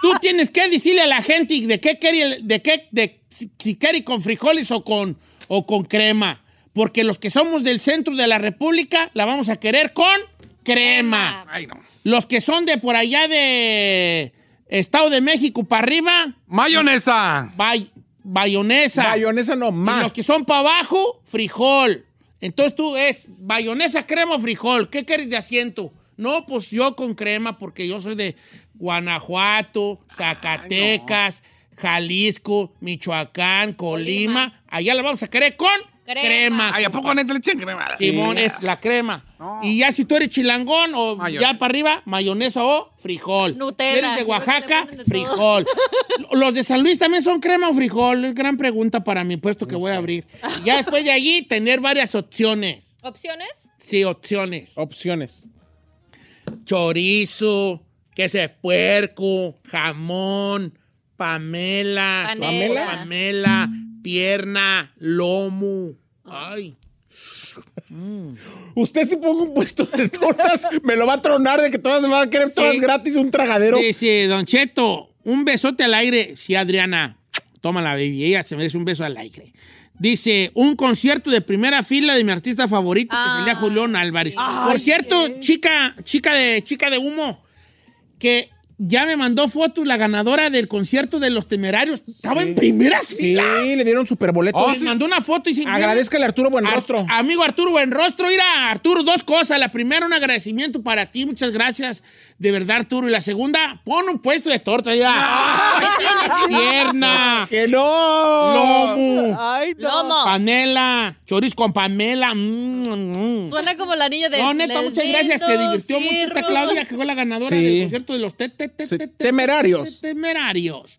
A: Tú tienes que decirle a la gente de qué quiere, el- de qué, de si, si quiere con frijoles o con, o con crema. Porque los que somos del centro de la República la vamos a querer con crema.
C: Ay, no.
A: Los que son de por allá de Estado de México para arriba,
C: ¡Mayonesa!
A: bay- bayonesa.
D: Bayonesa no,
A: Y
D: más.
A: los que son para abajo, frijol. Entonces tú es bayonesa, crema o frijol. ¿Qué quieres de asiento? No, pues yo con crema porque yo soy de Guanajuato, Zacatecas, Jalisco, Michoacán, Colima. Allá la vamos a querer con
B: Crema.
A: crema.
C: Ay, ¿a poco neta le echen crema?
A: Simón
C: Sí.
A: es la crema. Y ya si tú eres chilangón o
C: Mayonesa.
A: ya para arriba, mayonesa o frijol.
B: Nutella.
A: Eres de
B: Yo creo que le
A: Oaxaca,
B: ponen de todo.
A: frijol. Los de San Luis también son crema o frijol. Es gran pregunta para mi puesto que voy a abrir. Y ya después de allí, tener varias opciones.
B: ¿Opciones?
A: Sí, opciones.
D: Opciones.
A: Chorizo, queso de puerco, jamón, pamela,
B: Panela.
A: pamela, pierna, lomo.
B: Ah.
A: Ay.
D: Usted si pongo un puesto de tortas, me lo va a tronar de que todas me van a querer todas
A: Sí.
D: gratis un tragadero.
A: Dice, Don Cheto, un besote al aire. Sí, Adriana, tómala, baby. Ella se merece un beso al aire. Dice, un concierto de primera fila de mi artista favorito,
B: Ah,
A: que sería Julián Álvarez. Por cierto, chica, chica de, chica de humo, que ya me mandó fotos la ganadora del concierto de los temerarios. Estaba en primeras
D: Sí, Oh,
A: filas.
D: le dieron superboletos.
A: Me mandó una foto y dice,
D: Agradezcale a Arturo Buenrostro.
A: Oh, Ar- amigo Arturo Buenrostro, mira, Arturo, dos cosas. La primera, un agradecimiento para ti. Muchas gracias, de verdad, Arturo. Y la segunda, pon un puesto de torta ya. Pierna,
D: ¡Que no!
A: lomo,
E: Ay, no.
B: Lomo.
A: panela, chorizo con pamela. mm, mm.
B: Suena como la niña de.
A: No, neta,
B: Les
A: muchas gracias. Se
B: vendo
A: divirtió mucho esta
B: cirros.
A: Claudia, que fue la ganadora
D: Sí.
A: del concierto de los te- te- te-
D: Sí,
A: te- te-
D: temerarios.
A: te- Temerarios.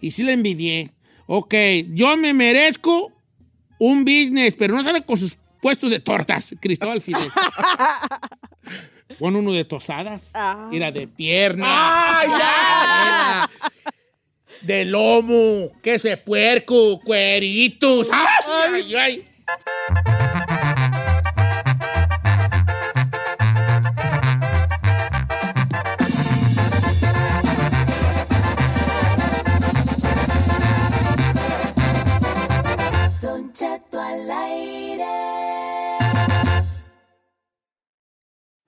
A: Y sí la envidié. Ok, yo me merezco un business, pero no sale con sus puestos de tortas, Cristóbal Fidel. Pon uno de tostadas.
E: Ah.
A: Mira, de pierna.
D: Ah,
A: De lomo, queso de puerco, cueritos. ¡Ay, ay, ay!
H: Don Cheto al aire.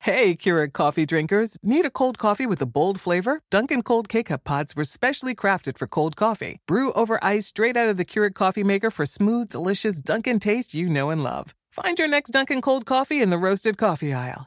J: Hey, Keurig coffee drinkers. Need a cold coffee with a bold flavor? Dunkin' Cold K-Cup pods were specially crafted for cold coffee. Brew over ice straight out of the Keurig coffee maker for smooth, delicious Dunkin' taste you know and love. Find your next Dunkin' Cold coffee in the roasted coffee aisle.